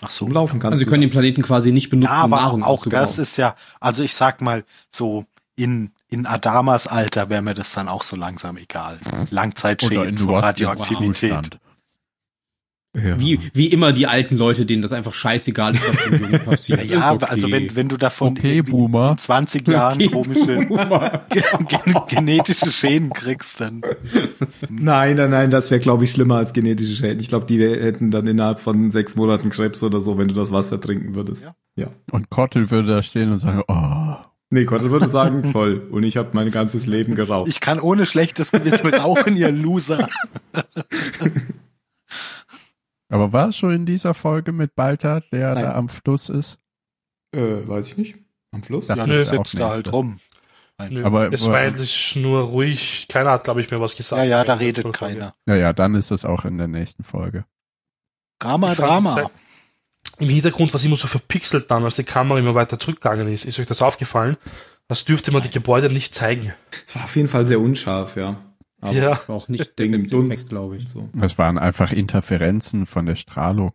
[SPEAKER 4] Ach so.
[SPEAKER 1] umlaufen kannst.
[SPEAKER 2] Also sie
[SPEAKER 1] du
[SPEAKER 2] können
[SPEAKER 1] dann.
[SPEAKER 2] den Planeten quasi nicht benutzen, um
[SPEAKER 4] Ja, aber
[SPEAKER 2] Nahrung
[SPEAKER 4] auch
[SPEAKER 2] aufzubauen.
[SPEAKER 4] das ist ja, also ich sag mal, so in, in Adamas Alter wäre mir das dann auch so langsam egal.
[SPEAKER 5] Oder in
[SPEAKER 4] Langzeitschäden von
[SPEAKER 5] Lost
[SPEAKER 4] Radioaktivität.
[SPEAKER 5] Zustand.
[SPEAKER 2] Wie, wie immer die alten Leute, denen das einfach scheißegal ist, was mit dem Jungen
[SPEAKER 4] Ja,
[SPEAKER 2] passiert.
[SPEAKER 4] ja
[SPEAKER 2] Ist okay.
[SPEAKER 4] also wenn, wenn du davon
[SPEAKER 5] Okay,
[SPEAKER 4] irgendwie
[SPEAKER 5] Boomer.
[SPEAKER 4] in 20 Jahren
[SPEAKER 2] Okay,
[SPEAKER 4] komische
[SPEAKER 2] Boomer.
[SPEAKER 4] gen genetische Schäden kriegst, dann
[SPEAKER 1] Nein, nein, nein, das wäre, glaube ich, schlimmer als genetische Schäden. Ich glaube, die wär- hätten dann innerhalb von sechs Monaten Krebs oder so, wenn du das Wasser trinken würdest.
[SPEAKER 4] Ja.
[SPEAKER 1] Ja.
[SPEAKER 5] Und Kottel würde da stehen und sagen, oh,
[SPEAKER 1] Nee, Gott würde sagen, toll. Und ich habe mein ganzes Leben geraucht.
[SPEAKER 4] ich kann ohne schlechtes Gewissen rauchen, ihr Loser.
[SPEAKER 5] Aber war es schon in dieser Folge mit Baltat, der
[SPEAKER 1] Nein.
[SPEAKER 5] da am Fluss ist?
[SPEAKER 1] äh, weiß ich nicht. Am Fluss?
[SPEAKER 5] Ja.
[SPEAKER 1] Ja.
[SPEAKER 5] Dachte
[SPEAKER 3] nö,
[SPEAKER 5] ich auch
[SPEAKER 4] Sitzt da halt
[SPEAKER 5] nicht.
[SPEAKER 4] rum.
[SPEAKER 3] Nö,
[SPEAKER 5] Aber-
[SPEAKER 3] es war eigentlich nur ruhig. Keiner hat, glaube ich, mehr was gesagt.
[SPEAKER 4] Ja, ja, da
[SPEAKER 3] Ich
[SPEAKER 4] redet
[SPEAKER 3] fand
[SPEAKER 4] keiner.
[SPEAKER 5] Naja, dann ist das auch in der nächsten Folge.
[SPEAKER 4] Drama,
[SPEAKER 3] das sehr-
[SPEAKER 4] Drama.
[SPEAKER 3] Im Hintergrund war es immer so verpixelt dann, als die Kamera immer weiter zurückgegangen ist. Ist euch das aufgefallen? Das dürfte man die Gebäude nicht zeigen.
[SPEAKER 1] Es war auf jeden Fall sehr unscharf, ja. Aber
[SPEAKER 3] ja.
[SPEAKER 2] War auch nicht der
[SPEAKER 1] Wegen dem
[SPEAKER 2] beste
[SPEAKER 1] Dunst.
[SPEAKER 2] Effekt, glaube ich.
[SPEAKER 1] So.
[SPEAKER 5] Das waren einfach Interferenzen von der Strahlung.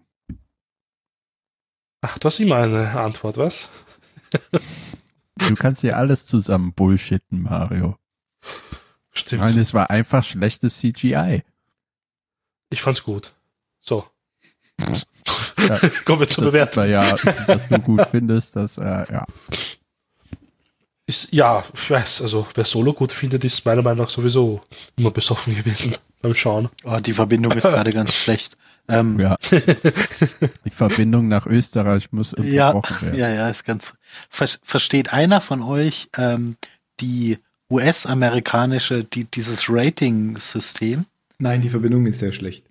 [SPEAKER 3] Ach, du hast immer eine Antwort, was?
[SPEAKER 5] Du kannst hier alles zusammen bullshitten, Mario.
[SPEAKER 3] Stimmt.
[SPEAKER 5] Nein, es war einfach schlechtes CGI.
[SPEAKER 3] Ich fand's gut. So.
[SPEAKER 5] Ja.
[SPEAKER 3] Kommen wir zur
[SPEAKER 5] Das
[SPEAKER 3] Bewertung.
[SPEAKER 5] hat er ja, dass du gut findest, dass, äh, ja.
[SPEAKER 3] Ist, ja, ich weiß, also wer Solo gut findet, ist meiner Meinung nach sowieso immer besoffen gewesen beim Schauen.
[SPEAKER 4] Oh, die Verbindung ist gerade ganz schlecht. Ähm,
[SPEAKER 5] ja. Die Verbindung nach Österreich muss
[SPEAKER 4] ja,
[SPEAKER 5] unterbrochen werden.
[SPEAKER 4] ja, ja, ist ganz. Ver versteht einer von euch ähm, die US-amerikanische, die, dieses Rating-System?
[SPEAKER 1] Nein, die Verbindung ist sehr schlecht.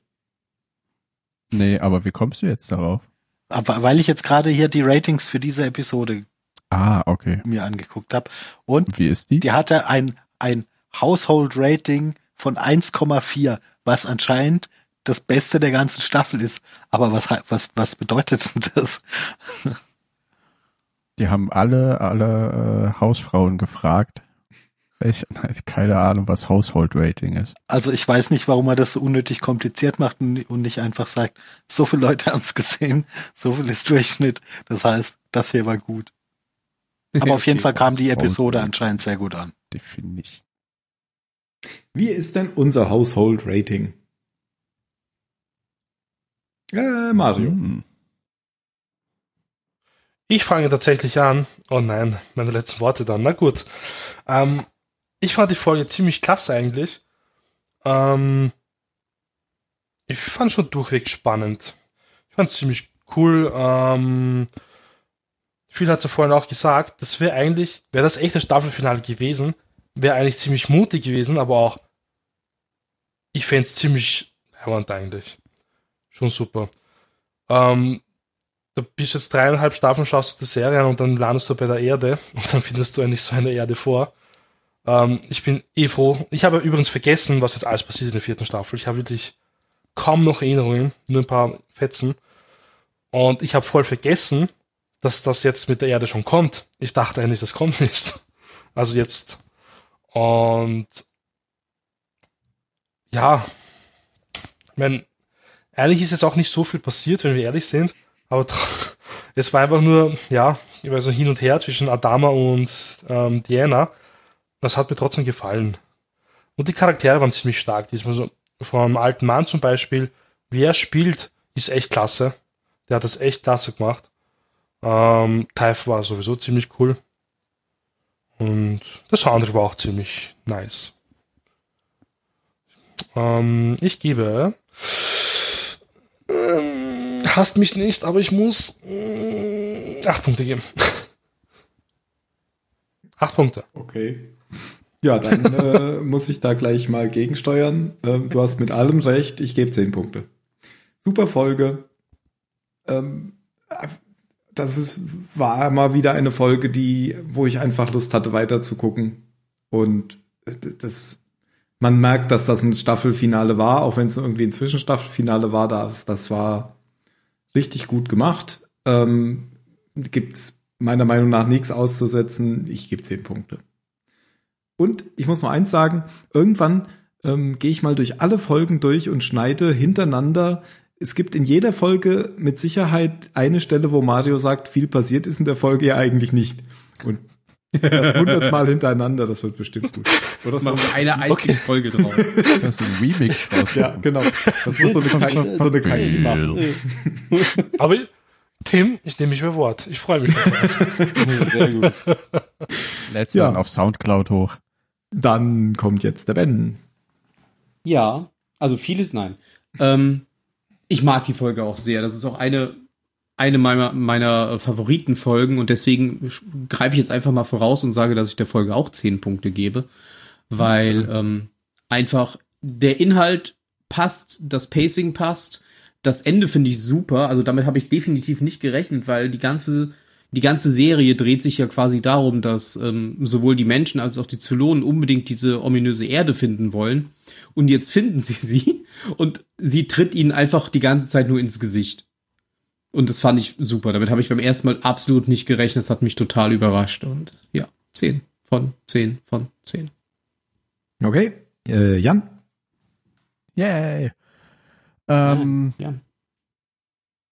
[SPEAKER 5] Nee, aber wie kommst du jetzt darauf?
[SPEAKER 4] Aber weil ich jetzt gerade hier die Ratings für diese Episode
[SPEAKER 5] Ah, okay.
[SPEAKER 4] mir angeguckt habe. Und
[SPEAKER 5] Wie ist die?
[SPEAKER 4] die hatte ein, ein Household Rating von 1,4, was anscheinend das Beste der ganzen Staffel ist. Aber was, he- was, was bedeutet denn das?
[SPEAKER 5] Die haben alle, alle äh, Hausfrauen gefragt. Ich, nein, keine Ahnung, was Household Rating ist.
[SPEAKER 4] Also ich weiß nicht, warum er das so unnötig kompliziert macht und und nicht einfach sagt, so viele Leute haben es gesehen, so viel ist Durchschnitt. Das heißt, das hier war gut. Aber auf jeden Fall kam die Episode anscheinend sehr gut an.
[SPEAKER 5] Die finde ich.
[SPEAKER 1] Wie ist denn unser Household Rating? Äh, Mario.
[SPEAKER 5] Hm.
[SPEAKER 3] Ich fange tatsächlich an. Oh nein, meine letzten Worte dann. Na gut. Ähm, ich fand die Folge ziemlich klasse eigentlich. Ähm, ich fand schon durchweg spannend. Ich fand es ziemlich cool. Ähm, viel hat sie vorhin auch gesagt, das wäre eigentlich, wäre das echte Staffelfinale gewesen, wäre eigentlich ziemlich mutig gewesen, aber auch ich fände es ziemlich herrend eigentlich. Schon super. Ähm, du bist jetzt dreieinhalb Staffeln, schaust du die Serie an und dann landest du bei der Erde und dann findest du eigentlich so eine Erde vor. Ähm, ich bin eh froh. Ich habe übrigens vergessen, was jetzt alles passiert in der vierten Staffel. Ich habe wirklich kaum noch Erinnerungen, nur ein paar Fetzen. Und ich habe voll vergessen, dass das jetzt mit der Erde schon kommt. Ich dachte eigentlich, das kommt nicht. Also jetzt. Und ja, ich meine, eigentlich ist jetzt auch nicht so viel passiert, wenn wir ehrlich sind. Aber tr- es war einfach nur, ja, ich weiß so hin und her zwischen Adama und ähm, Diana. Das hat mir trotzdem gefallen. Und die Charaktere waren ziemlich stark. Diesmal so vom alten Mann zum Beispiel, wie er spielt, ist echt klasse. Der hat das echt klasse gemacht. Ähm, Taif war sowieso ziemlich cool. Und das andere war auch ziemlich nice. Ähm, ich gebe ähm, hasst mich nicht, aber ich muss mm, acht Punkte geben. acht Punkte.
[SPEAKER 1] Okay. Ja, dann äh, muss ich da gleich mal gegensteuern. Ähm, du hast mit allem recht, ich gebe 10 Punkte. Super Folge. Ähm, äh, das ist, war mal wieder eine Folge, die, wo ich einfach Lust hatte, weiterzugucken. Und äh, d- das, man merkt, dass das ein Staffelfinale war, auch wenn es irgendwie ein Zwischenstaffelfinale war, das, das war richtig gut gemacht. Ähm, gibt's meiner Meinung nach nichts auszusetzen. Ich gebe 10 Punkte. Und ich muss noch eins sagen, irgendwann ähm, gehe ich mal durch alle Folgen durch und schneide hintereinander. Es gibt in jeder Folge mit Sicherheit eine Stelle, wo Mario sagt, viel passiert ist in der Folge ja eigentlich nicht. Und das 100 Mal hintereinander, das wird bestimmt gut. Oder das muss,
[SPEAKER 2] Machst du eine einzige Folge drauf.
[SPEAKER 5] Das ist ein Remix draus.
[SPEAKER 1] ja, genau. Das muss so eine KI, so eine KI machen.
[SPEAKER 3] Aber ich- Tim, ich nehme mich bei Wort. Ich freue mich.
[SPEAKER 6] Sehr gut.
[SPEAKER 5] Lädst
[SPEAKER 1] Ja.
[SPEAKER 5] dann auf Soundcloud hoch.
[SPEAKER 1] Dann kommt jetzt der Ben.
[SPEAKER 2] Ja, also vieles nein. Ähm, ich mag die Folge auch sehr. Das ist auch eine, eine meiner, meiner Favoritenfolgen und deswegen sch- greife ich jetzt einfach mal voraus und sage, dass ich der Folge auch 10 Punkte gebe, weil ähm, einfach der Inhalt passt, das Pacing passt. Das Ende finde ich super. Also damit habe ich definitiv nicht gerechnet, weil die ganze, die ganze Serie dreht sich ja quasi darum, dass ähm, sowohl die Menschen als auch die Zylonen unbedingt diese ominöse Erde finden wollen. Und jetzt finden sie sie und sie tritt ihnen einfach die ganze Zeit nur ins Gesicht. Und das fand ich super. Damit habe ich beim ersten Mal absolut nicht gerechnet. Das hat mich total überrascht. Und ja, 10 von 10 von 10.
[SPEAKER 1] Okay. Äh, Jan?
[SPEAKER 5] Yay. Ähm,
[SPEAKER 2] Ja.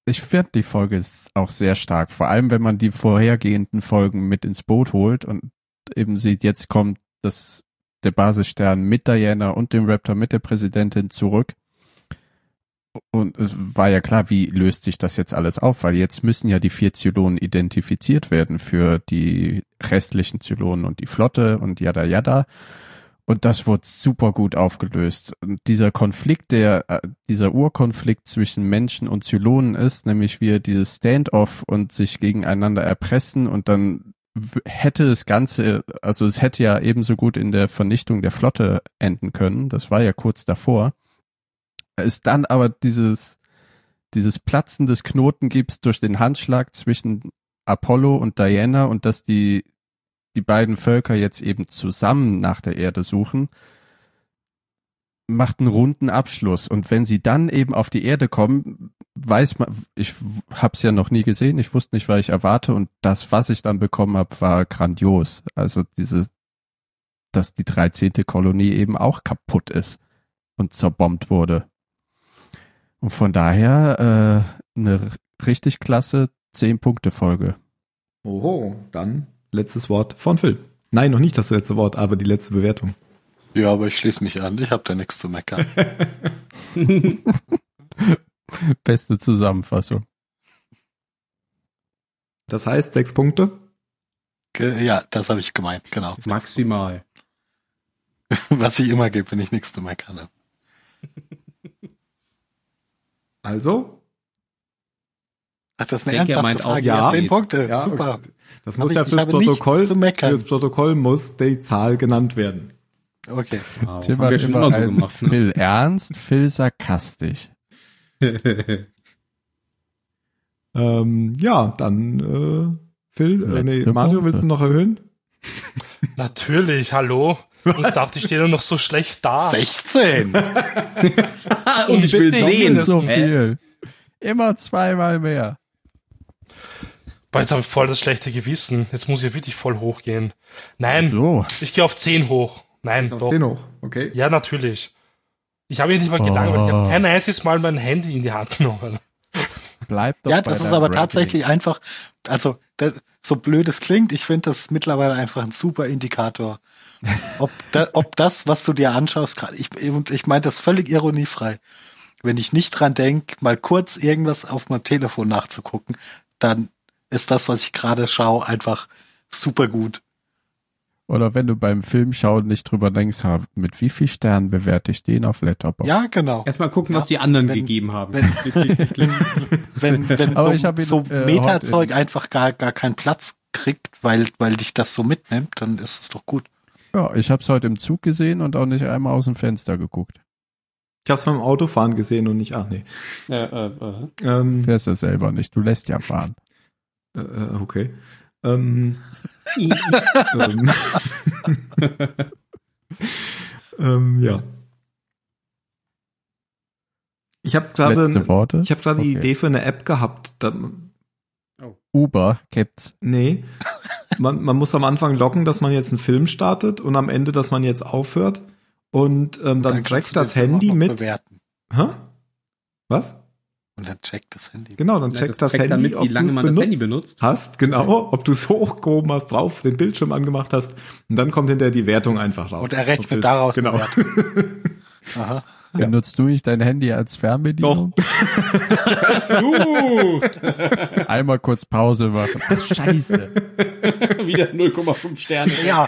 [SPEAKER 5] ich finde die Folge ist auch sehr stark. Vor allem, wenn man die vorhergehenden Folgen mit ins Boot holt und eben sieht, jetzt kommt das, der Basisstern mit Diana und dem Raptor mit der Präsidentin zurück. Und es war ja klar, wie löst sich das jetzt alles auf? Weil jetzt müssen ja die vier Zylonen identifiziert werden für die restlichen Zylonen und die Flotte und yada yada. Und das wurde super gut aufgelöst. Und dieser Konflikt, der, äh, dieser Urkonflikt zwischen Menschen und Zylonen ist, nämlich wir dieses Standoff und sich gegeneinander erpressen und dann w- hätte das Ganze, also es hätte ja ebenso gut in der Vernichtung der Flotte enden können. Das war ja kurz davor. Es dann aber dieses, dieses Platzen des Knoten gibt durch den Handschlag zwischen Apollo und Diana und dass die die beiden Völker jetzt eben zusammen nach der Erde suchen, macht einen runden Abschluss. Und wenn sie dann eben auf die Erde kommen, weiß man, ich hab's ja noch nie gesehen, ich wusste nicht, was ich erwarte und das, was ich dann bekommen habe, war grandios. Also diese, dass die 13. Kolonie eben auch kaputt ist und zerbombt wurde. Und von daher äh, eine richtig klasse 10-Punkte-Folge.
[SPEAKER 1] Oho, dann letztes Wort von Phil. Nein, noch nicht das letzte Wort, aber die letzte Bewertung.
[SPEAKER 4] Ja, aber ich schließe mich an. Ich habe da nichts zu meckern.
[SPEAKER 5] Beste Zusammenfassung.
[SPEAKER 1] Das heißt sechs Punkte.
[SPEAKER 4] Ge- ja, das habe ich gemeint, genau.
[SPEAKER 2] Maximal.
[SPEAKER 4] Was ich immer gebe, wenn ich nichts zu meckern habe.
[SPEAKER 1] Also,
[SPEAKER 4] Ach, das ist
[SPEAKER 2] Ich denke, er meint auch
[SPEAKER 1] ja.
[SPEAKER 4] Ja, zehn Punkte.
[SPEAKER 1] Ja,
[SPEAKER 4] Super.
[SPEAKER 1] okay. das
[SPEAKER 4] Hab
[SPEAKER 1] muss
[SPEAKER 4] ich-
[SPEAKER 1] ja
[SPEAKER 4] ich
[SPEAKER 1] fürs
[SPEAKER 4] habe nichts
[SPEAKER 1] Protokoll,
[SPEAKER 4] zu meckern.
[SPEAKER 1] fürs Protokoll muss die Zahl genannt werden.
[SPEAKER 4] Okay.
[SPEAKER 2] Wow.
[SPEAKER 5] Tim
[SPEAKER 2] Haben wir
[SPEAKER 5] hat
[SPEAKER 2] schon immer so
[SPEAKER 5] einen
[SPEAKER 2] gemacht. Ne?
[SPEAKER 5] Phil ernst, Phil sarkastisch.
[SPEAKER 2] ne?
[SPEAKER 1] Ähm, ja, dann äh, Phil, äh, nee,
[SPEAKER 5] Letzte
[SPEAKER 1] Mario,
[SPEAKER 5] Punkte.
[SPEAKER 1] willst du noch erhöhen?
[SPEAKER 3] Natürlich, hallo. Und darf die stehen dann noch so schlecht
[SPEAKER 4] Ah.
[SPEAKER 3] da?
[SPEAKER 4] 16.
[SPEAKER 2] Ah, und ich will
[SPEAKER 3] Unbedingt.
[SPEAKER 2] sehen.
[SPEAKER 3] So
[SPEAKER 2] Hä?
[SPEAKER 5] viel. Immer zweimal mehr.
[SPEAKER 3] Boah, jetzt habe ich voll das schlechte Gewissen. Jetzt muss ich wirklich voll hochgehen. Nein,
[SPEAKER 5] So.
[SPEAKER 3] ich gehe auf 10 hoch. Nein,
[SPEAKER 1] Ist auf
[SPEAKER 3] doch.
[SPEAKER 1] 10 hoch. Okay.
[SPEAKER 3] Ja, natürlich. Ich habe mich nicht mal gelangweilt. Ich
[SPEAKER 5] Oh.
[SPEAKER 3] habe kein einziges Mal mein Handy in die Hand genommen.
[SPEAKER 5] Bleibt doch
[SPEAKER 4] ja,
[SPEAKER 5] bei
[SPEAKER 4] das ist
[SPEAKER 5] deinem
[SPEAKER 4] aber
[SPEAKER 5] Ranking.
[SPEAKER 4] tatsächlich einfach, also das, so blöd es klingt, ich finde das ist mittlerweile einfach ein super Indikator. Ob, da, ob das, was du dir anschaust, gerade, ich, und ich meine das völlig ironiefrei. Wenn ich nicht dran denke, mal kurz irgendwas auf meinem Telefon nachzugucken, dann ist das, was ich gerade schaue, einfach super gut.
[SPEAKER 5] Oder wenn du beim Filmschauen nicht drüber denkst, ha, mit wie viel Sternen bewerte ich den auf Letterboxd?
[SPEAKER 4] Ja, genau.
[SPEAKER 2] Erstmal gucken, was die anderen
[SPEAKER 4] Wenn-
[SPEAKER 2] gegeben haben. äh,
[SPEAKER 4] wenn- wenn, wenn
[SPEAKER 5] Aber
[SPEAKER 4] so,
[SPEAKER 5] ich hab ihn,
[SPEAKER 4] so
[SPEAKER 5] äh,
[SPEAKER 4] Metazeug
[SPEAKER 5] heute-
[SPEAKER 4] einfach gar, gar keinen Platz kriegt, weil, weil dich das so mitnimmt, dann ist es doch gut.
[SPEAKER 5] Ja, ich hab's heute im Zug gesehen und auch nicht einmal aus dem Fenster geguckt.
[SPEAKER 1] Ich habe es beim Autofahren gesehen und nicht, ach nee.
[SPEAKER 2] äh, äh, äh.
[SPEAKER 5] Du
[SPEAKER 1] Ähm,
[SPEAKER 5] fährst ja selber nicht, du lässt ja fahren.
[SPEAKER 1] äh, äh, okay. Ähm, ähm, ähm, ja. Ich habe
[SPEAKER 5] Letzte
[SPEAKER 1] gerade
[SPEAKER 5] Worte.
[SPEAKER 1] ich habe gerade die
[SPEAKER 5] Okay.
[SPEAKER 1] Idee für eine App gehabt. Da,
[SPEAKER 5] Uber gibt's.
[SPEAKER 1] nee. Man, man muss am Anfang locken, dass man jetzt einen Film startet und am Ende, dass man jetzt aufhört. Und ähm, dann
[SPEAKER 4] kannst du
[SPEAKER 1] trackt das
[SPEAKER 4] den Film auch
[SPEAKER 1] Handy
[SPEAKER 4] noch
[SPEAKER 1] mit.
[SPEAKER 4] Bewerten.
[SPEAKER 1] Hä? Was?
[SPEAKER 4] Und dann checkt das Handy.
[SPEAKER 1] Genau, dann
[SPEAKER 2] Nein,
[SPEAKER 1] checkt das,
[SPEAKER 2] checkt
[SPEAKER 1] Handy,
[SPEAKER 2] damit, wie lange
[SPEAKER 1] du's
[SPEAKER 2] man das Handy benutzt.
[SPEAKER 1] hast, genau, ob du es hochgehoben hast, drauf den Bildschirm angemacht hast und dann kommt hinterher die Wertung einfach raus.
[SPEAKER 4] Und er rechnet
[SPEAKER 1] Ob du-
[SPEAKER 4] daraus die
[SPEAKER 1] Genau.
[SPEAKER 4] Aha.
[SPEAKER 1] Ja.
[SPEAKER 5] Benutzt du nicht dein Handy als Fernbedienung?
[SPEAKER 2] Verflucht!
[SPEAKER 5] Einmal kurz Pause machen. Scheiße.
[SPEAKER 2] Wieder 0,5 Sterne.
[SPEAKER 4] Ja,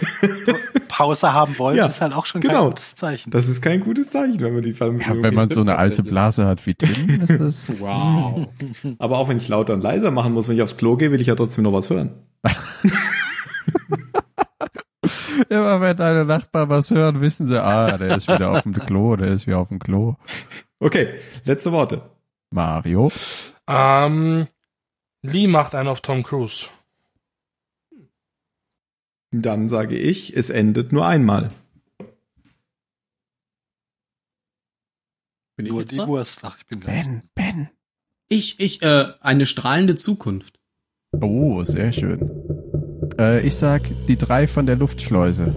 [SPEAKER 4] Pause haben wollen
[SPEAKER 1] Ja,
[SPEAKER 4] ist halt auch schon
[SPEAKER 1] genau.
[SPEAKER 4] kein gutes Zeichen.
[SPEAKER 1] Das ist kein gutes Zeichen, wenn man die Fernbedienung
[SPEAKER 5] Ja, wenn man so eine alte Blase hat wie Tim, ist das.
[SPEAKER 2] Wow.
[SPEAKER 1] gibt. Aber auch wenn ich lauter und leiser machen muss, wenn ich aufs Klo gehe, will ich ja trotzdem noch was hören.
[SPEAKER 5] Immer wenn deine Nachbarn was hören, wissen sie, ah, der ist wieder auf dem Klo, der ist wieder auf dem Klo.
[SPEAKER 1] Okay, letzte Worte.
[SPEAKER 5] Mario.
[SPEAKER 3] Ähm, Lee macht einen auf Tom Cruise.
[SPEAKER 1] Dann sage ich, es endet nur einmal.
[SPEAKER 2] Bin ich
[SPEAKER 4] Nur
[SPEAKER 2] jetzt
[SPEAKER 4] die
[SPEAKER 2] dran?
[SPEAKER 4] Wurst. Ach, ich bin gleich.
[SPEAKER 5] Ben.
[SPEAKER 2] Ich, ich, äh, eine strahlende Zukunft.
[SPEAKER 5] Oh, sehr schön. Äh, ich sag die drei von der Luftschleuse.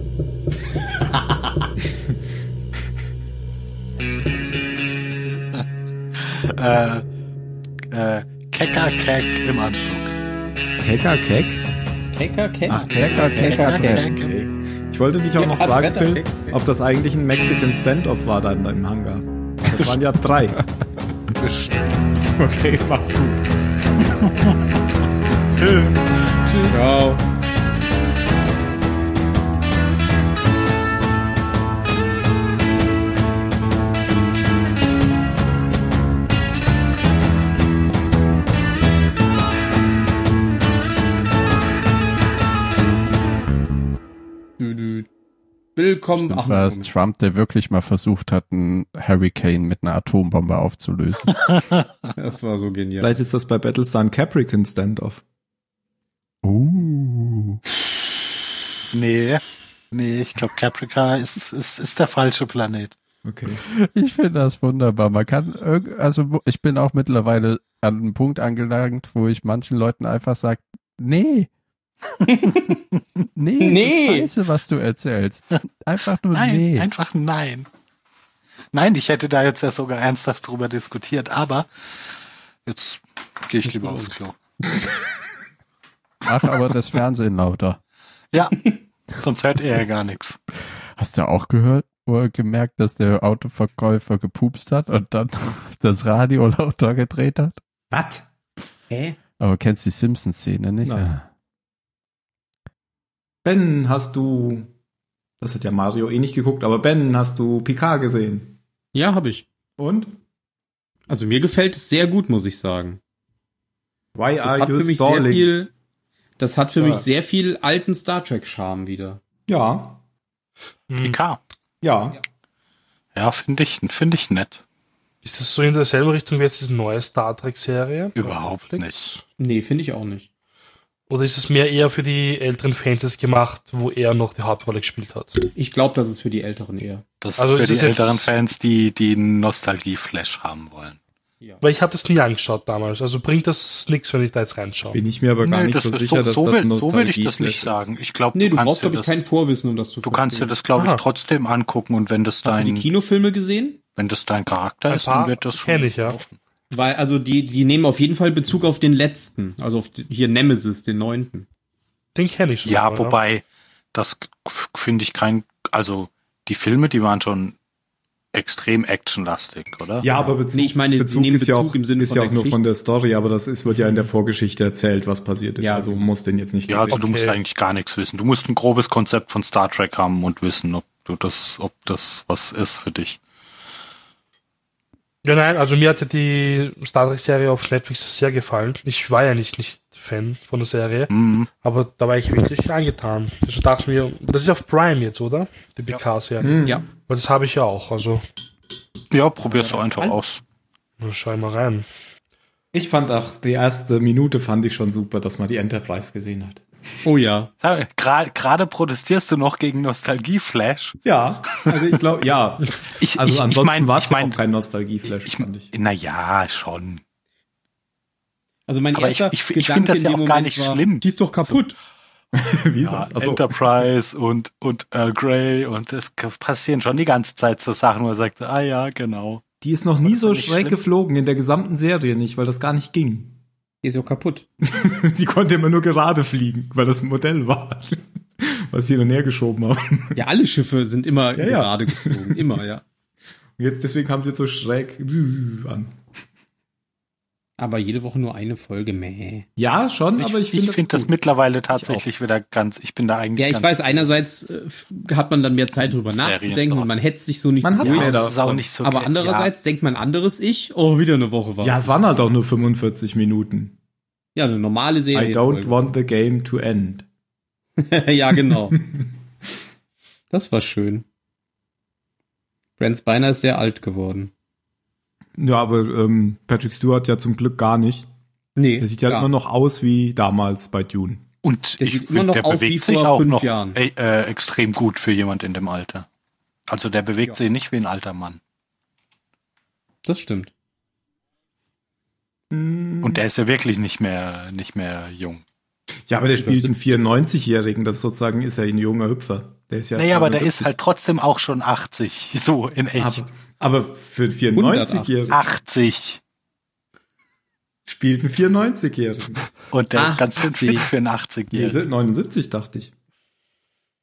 [SPEAKER 4] Äh, äh, Kecker Keck im Anzug.
[SPEAKER 1] Kecker Keck?
[SPEAKER 2] Kecker, Kecker.
[SPEAKER 1] Ach, Kecker Keck.
[SPEAKER 4] Kecker Keck.
[SPEAKER 1] Okay. Ich wollte dich auch noch
[SPEAKER 6] Ja,
[SPEAKER 1] fragen,
[SPEAKER 6] Adventter
[SPEAKER 1] Phil, ob das eigentlich ein Mexican Standoff war da in deinem Hangar. Das waren ja drei. Okay, mach's gut.
[SPEAKER 2] Ciao. Du, du. Willkommen.
[SPEAKER 5] Stimmt,
[SPEAKER 2] Ach,
[SPEAKER 5] war es
[SPEAKER 2] Moment.
[SPEAKER 5] Trump, der wirklich mal versucht hat, einen Hurricane mit einer Atombombe aufzulösen.
[SPEAKER 2] das war so genial.
[SPEAKER 1] Vielleicht ist das bei Battlestar ein Capricorn Standoff.
[SPEAKER 5] uh.
[SPEAKER 4] Nee. Nee, ich glaube, Caprica ist, ist, ist der falsche Planet.
[SPEAKER 1] Okay.
[SPEAKER 5] Ich finde das wunderbar. Man kann, irg- also wo- ich bin auch mittlerweile an einem Punkt angelangt, wo ich manchen Leuten einfach sage, nee. nee,
[SPEAKER 2] Nee.
[SPEAKER 5] nee. Scheiße, was du erzählst. Einfach nur
[SPEAKER 4] Nein,
[SPEAKER 5] nee.
[SPEAKER 4] einfach nein. Nein, ich hätte da jetzt ja sogar ernsthaft drüber diskutiert, aber jetzt gehe ich lieber aufs Klo.
[SPEAKER 5] Mach aber das Fernsehen lauter.
[SPEAKER 4] Ja, sonst hört er ja gar nichts.
[SPEAKER 5] Hast du auch gehört oder gemerkt, dass der Autoverkäufer gepupst hat und dann das Radio lauter gedreht hat?
[SPEAKER 1] Was?
[SPEAKER 2] Hä?
[SPEAKER 5] Aber kennst die Simpsons-Szene nicht?
[SPEAKER 1] Nein. Ben, hast du. Das hat ja Mario eh nicht geguckt, aber Ben, hast du Picard gesehen?
[SPEAKER 2] Ja, habe ich.
[SPEAKER 1] Und?
[SPEAKER 2] Also mir gefällt es sehr gut, muss ich sagen.
[SPEAKER 1] Why
[SPEAKER 2] Das
[SPEAKER 1] are
[SPEAKER 2] hat
[SPEAKER 1] you
[SPEAKER 2] für mich sehr
[SPEAKER 1] stalling?
[SPEAKER 2] viel, das hat für
[SPEAKER 1] Ja.
[SPEAKER 2] mich sehr viel alten Star Trek Charme wieder.
[SPEAKER 1] Ja,
[SPEAKER 3] Hm.
[SPEAKER 4] PK.
[SPEAKER 1] ja.
[SPEAKER 4] Ja, finde ich, finde ich nett.
[SPEAKER 3] Ist das so in derselben Richtung wie jetzt diese neue Star Trek-Serie?
[SPEAKER 4] Überhaupt
[SPEAKER 3] Netflix?
[SPEAKER 4] nicht.
[SPEAKER 2] Nee, finde ich auch nicht.
[SPEAKER 3] Oder ist es mehr eher für die älteren Fans jetzt gemacht, wo er noch die Hauptrolle gespielt hat?
[SPEAKER 2] Ich glaube, das ist für die Älteren eher.
[SPEAKER 4] Das
[SPEAKER 3] Also
[SPEAKER 4] ist für
[SPEAKER 3] ist
[SPEAKER 4] die
[SPEAKER 3] es jetzt-
[SPEAKER 4] älteren Fans, die, die einen Nostalgie-Flash haben wollen.
[SPEAKER 2] Ja.
[SPEAKER 3] Weil ich habe das nie angeschaut damals. Also bringt das nichts, wenn ich da jetzt reinschaue.
[SPEAKER 1] Bin ich mir aber gar
[SPEAKER 4] Nö,
[SPEAKER 1] nicht
[SPEAKER 4] das
[SPEAKER 1] so
[SPEAKER 4] ist
[SPEAKER 1] sicher, dass
[SPEAKER 4] so,
[SPEAKER 1] das
[SPEAKER 4] will, so will ich
[SPEAKER 1] Nostalgie-Flash
[SPEAKER 4] das nicht
[SPEAKER 1] ist.
[SPEAKER 4] sagen. Ich glaube,
[SPEAKER 2] Nee, du
[SPEAKER 4] kannst
[SPEAKER 2] brauchst,
[SPEAKER 4] dir
[SPEAKER 2] glaube ich,
[SPEAKER 4] das-
[SPEAKER 2] kein Vorwissen, um das zu
[SPEAKER 4] Du kannst dir
[SPEAKER 2] verstehen.
[SPEAKER 4] das, glaube ich,
[SPEAKER 3] Aha.
[SPEAKER 4] trotzdem angucken und wenn das
[SPEAKER 2] Hast du Also die
[SPEAKER 4] dein,
[SPEAKER 2] Kinofilme gesehen?
[SPEAKER 4] wenn das dein Charakter
[SPEAKER 3] Ein
[SPEAKER 4] ist, dann
[SPEAKER 3] paar
[SPEAKER 4] wird das schon.
[SPEAKER 3] kenn ich, ja.
[SPEAKER 2] Weil, also die, die nehmen auf jeden Fall Bezug auf den letzten. Also auf die, hier Nemesis, den neunten.
[SPEAKER 3] Den kenne ich schon. ne?
[SPEAKER 4] Ja,
[SPEAKER 3] mal,
[SPEAKER 4] wobei, das f- finde ich kein, also die Filme, die waren schon extrem actionlastig, oder?
[SPEAKER 1] Ja, aber Bezug,
[SPEAKER 2] Nee, ich meine, die
[SPEAKER 1] Bezug,
[SPEAKER 2] nehmen
[SPEAKER 1] ist ja
[SPEAKER 2] Bezug
[SPEAKER 1] auch,
[SPEAKER 2] im Sinne
[SPEAKER 1] ist
[SPEAKER 2] von
[SPEAKER 1] ja
[SPEAKER 2] der
[SPEAKER 1] auch nur
[SPEAKER 2] Geschichte.
[SPEAKER 1] von der Story, aber das ist, wird ja in der Vorgeschichte erzählt, was passiert ist.
[SPEAKER 2] Ja,
[SPEAKER 1] also muss den jetzt nicht
[SPEAKER 4] Ja, also
[SPEAKER 1] gesehen
[SPEAKER 4] du musst
[SPEAKER 3] Okay.
[SPEAKER 4] eigentlich gar nichts wissen. Du musst ein grobes Konzept von Star Trek haben und wissen, ob du das, ob das was ist für dich.
[SPEAKER 3] Ja, nein, also mir hatte die Star Trek-Serie auf Netflix sehr gefallen. Ich war ja nicht, nicht Fan von der Serie,
[SPEAKER 4] Mhm.
[SPEAKER 3] aber da war ich wirklich angetan. Also dachte ich mir, das ist auf Prime jetzt, oder? Die
[SPEAKER 1] haben.
[SPEAKER 3] PK-Serie.
[SPEAKER 4] Mhm.
[SPEAKER 1] Hm.
[SPEAKER 2] Ja.
[SPEAKER 3] Weil das habe ich ja auch, also
[SPEAKER 4] Ja, probier's doch einfach aus.
[SPEAKER 3] na, schau ich mal rein.
[SPEAKER 1] Ich fand auch die erste Minute fand ich schon super, dass man die Enterprise gesehen hat.
[SPEAKER 2] Oh ja.
[SPEAKER 4] Sag, gra- Gerade protestierst du noch gegen Nostalgie-Flash.
[SPEAKER 1] Ja, also ich glaube, ja.
[SPEAKER 4] Ich,
[SPEAKER 1] Also
[SPEAKER 4] ich,
[SPEAKER 1] ansonsten
[SPEAKER 4] ich meine,
[SPEAKER 1] war
[SPEAKER 4] ich
[SPEAKER 1] es
[SPEAKER 4] mein,
[SPEAKER 1] auch kein Nostalgie-Flash,
[SPEAKER 4] ich,
[SPEAKER 1] fand ich.
[SPEAKER 4] na ja, schon.
[SPEAKER 2] Also mein
[SPEAKER 4] Aber ich-
[SPEAKER 2] erster
[SPEAKER 4] ich- ich
[SPEAKER 2] Gedanke
[SPEAKER 4] find das
[SPEAKER 2] in
[SPEAKER 4] ja
[SPEAKER 2] dem
[SPEAKER 4] auch gar
[SPEAKER 2] Moment
[SPEAKER 4] nicht
[SPEAKER 2] war,
[SPEAKER 4] schlimm.
[SPEAKER 2] Die ist doch kaputt.
[SPEAKER 1] Wie
[SPEAKER 4] Ja,
[SPEAKER 1] was? Achso.
[SPEAKER 4] Enterprise und, und Earl Grey und es k- passieren schon die ganze Zeit so Sachen, wo er sagt, ah ja, genau.
[SPEAKER 1] Die ist noch
[SPEAKER 4] Aber
[SPEAKER 1] nie
[SPEAKER 4] das ist
[SPEAKER 1] so
[SPEAKER 4] doch nicht
[SPEAKER 1] schräg
[SPEAKER 4] schlimm.
[SPEAKER 1] geflogen in der gesamten Serie nicht, weil das gar nicht ging.
[SPEAKER 2] Die ist doch kaputt.
[SPEAKER 1] Die konnte immer nur gerade fliegen, weil das ein Modell war, was sie hin und her geschoben haben.
[SPEAKER 2] Ja, alle Schiffe sind immer
[SPEAKER 1] Ja, ja.
[SPEAKER 2] gerade geflogen. Immer, ja.
[SPEAKER 1] Und jetzt deswegen haben sie jetzt so schräg an.
[SPEAKER 2] Aber jede Woche nur eine Folge. Mäh.
[SPEAKER 1] Ja, schon,
[SPEAKER 4] Ich,
[SPEAKER 1] aber ich finde
[SPEAKER 4] ich find das,
[SPEAKER 1] gut.
[SPEAKER 4] mittlerweile tatsächlich wieder ganz, ich bin da eigentlich
[SPEAKER 2] Ja, ich
[SPEAKER 4] ganz
[SPEAKER 2] weiß, einerseits äh, f- hat man dann mehr Zeit drüber
[SPEAKER 4] Serien
[SPEAKER 2] nachzudenken
[SPEAKER 4] zu
[SPEAKER 2] und man
[SPEAKER 4] Hause.
[SPEAKER 2] hätte sich so nicht
[SPEAKER 1] Man hat
[SPEAKER 2] beruhigt.
[SPEAKER 1] mehr
[SPEAKER 4] Ja, das ist auch
[SPEAKER 1] davon.
[SPEAKER 4] nicht so
[SPEAKER 2] Aber
[SPEAKER 4] ge-
[SPEAKER 2] andererseits denkt man anderes Ich, oh, wieder eine Woche war.
[SPEAKER 1] Ja, es waren halt auch nur 45 Minuten.
[SPEAKER 2] ja eine normale Serie.
[SPEAKER 1] I don't want the game to end.
[SPEAKER 2] ja, genau. das war schön. Brent Spiner ist sehr alt geworden.
[SPEAKER 1] Ja, aber ähm, Patrick Stewart ja zum Glück gar nicht.
[SPEAKER 2] Nee.
[SPEAKER 1] Der sieht ja
[SPEAKER 2] gar
[SPEAKER 1] immer noch aus wie damals bei Dune.
[SPEAKER 4] ja. Und
[SPEAKER 2] Der
[SPEAKER 4] ich
[SPEAKER 2] sieht immer
[SPEAKER 4] finde,
[SPEAKER 2] noch
[SPEAKER 4] der
[SPEAKER 2] aus wie
[SPEAKER 4] bewegt sich
[SPEAKER 2] vor
[SPEAKER 4] auch
[SPEAKER 2] fünf
[SPEAKER 4] noch
[SPEAKER 2] Jahren.
[SPEAKER 4] Äh, äh, extrem gut für jemand in dem Alter. Also der bewegt
[SPEAKER 2] Ja.
[SPEAKER 4] sich nicht wie ein alter Mann.
[SPEAKER 2] nicht. Das stimmt.
[SPEAKER 1] Mm,
[SPEAKER 4] Und der ist ja wirklich nicht mehr, nicht mehr jung.
[SPEAKER 1] ja, aber der spielt einen 94-Jährigen. Das sozusagen ist ja ein junger Hüpfer. Der ist ja
[SPEAKER 4] naja, aber der
[SPEAKER 1] 79.
[SPEAKER 4] ist halt trotzdem auch schon 80. So, in echt.
[SPEAKER 1] Aber, aber für einen 94-Jährigen.
[SPEAKER 4] 80.
[SPEAKER 1] spielt ein 94-Jährigen.
[SPEAKER 4] Und der ist ganz schön
[SPEAKER 2] 80.
[SPEAKER 4] fit für einen
[SPEAKER 1] Nee,
[SPEAKER 4] 80-Jährigen.
[SPEAKER 1] sind 79, dachte ich.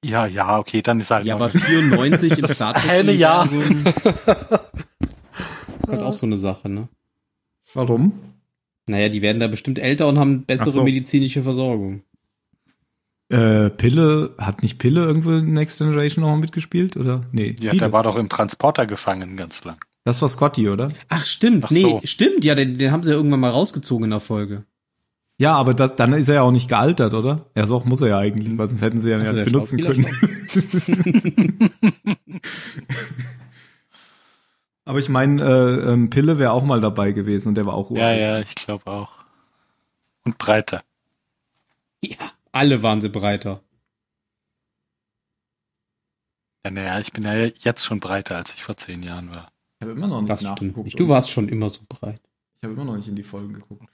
[SPEAKER 4] Ja, ja, okay, dann ist er halt
[SPEAKER 2] Ja,
[SPEAKER 4] noch
[SPEAKER 2] aber 94 im
[SPEAKER 3] Das
[SPEAKER 2] Star Trek.
[SPEAKER 3] eine Jahr.
[SPEAKER 2] So ein, halt auch so eine Sache, ne?
[SPEAKER 1] Warum?
[SPEAKER 2] Naja, die werden da bestimmt älter und haben bessere
[SPEAKER 1] Ach so.
[SPEAKER 2] medizinische Versorgung.
[SPEAKER 1] Äh, Pille, hat nicht Pille irgendwo in Next Generation nochmal mitgespielt, oder? Nee.
[SPEAKER 4] Ja,
[SPEAKER 1] viele.
[SPEAKER 4] der war doch im Transporter gefangen ganz lang.
[SPEAKER 1] das war Scotty, oder?
[SPEAKER 2] Ach, stimmt.
[SPEAKER 4] Ach
[SPEAKER 2] nee,
[SPEAKER 4] so.
[SPEAKER 2] stimmt. Ja, den, den haben sie ja irgendwann mal rausgezogen in der Folge.
[SPEAKER 1] Ja, aber das, dann ist er ja auch nicht gealtert, oder? Ja, so muss er ja eigentlich, weil sonst hätten sie ja
[SPEAKER 2] Also
[SPEAKER 1] nicht
[SPEAKER 2] der
[SPEAKER 1] benutzen können.
[SPEAKER 2] Schauspieler
[SPEAKER 1] aber ich meine, äh, ähm, Pille wäre auch mal dabei gewesen und der war auch
[SPEAKER 4] Ja,
[SPEAKER 1] uralt.
[SPEAKER 4] ja, ich glaube auch. Und breiter.
[SPEAKER 2] Ja, alle waren sie breiter.
[SPEAKER 4] Ja, naja, ich bin ja jetzt schon breiter, als ich vor zehn Jahren war.
[SPEAKER 1] Ich habe immer noch
[SPEAKER 2] Das stimmt nicht. Du warst schon immer so breit.
[SPEAKER 1] Ich habe immer noch nicht in die Folgen geguckt.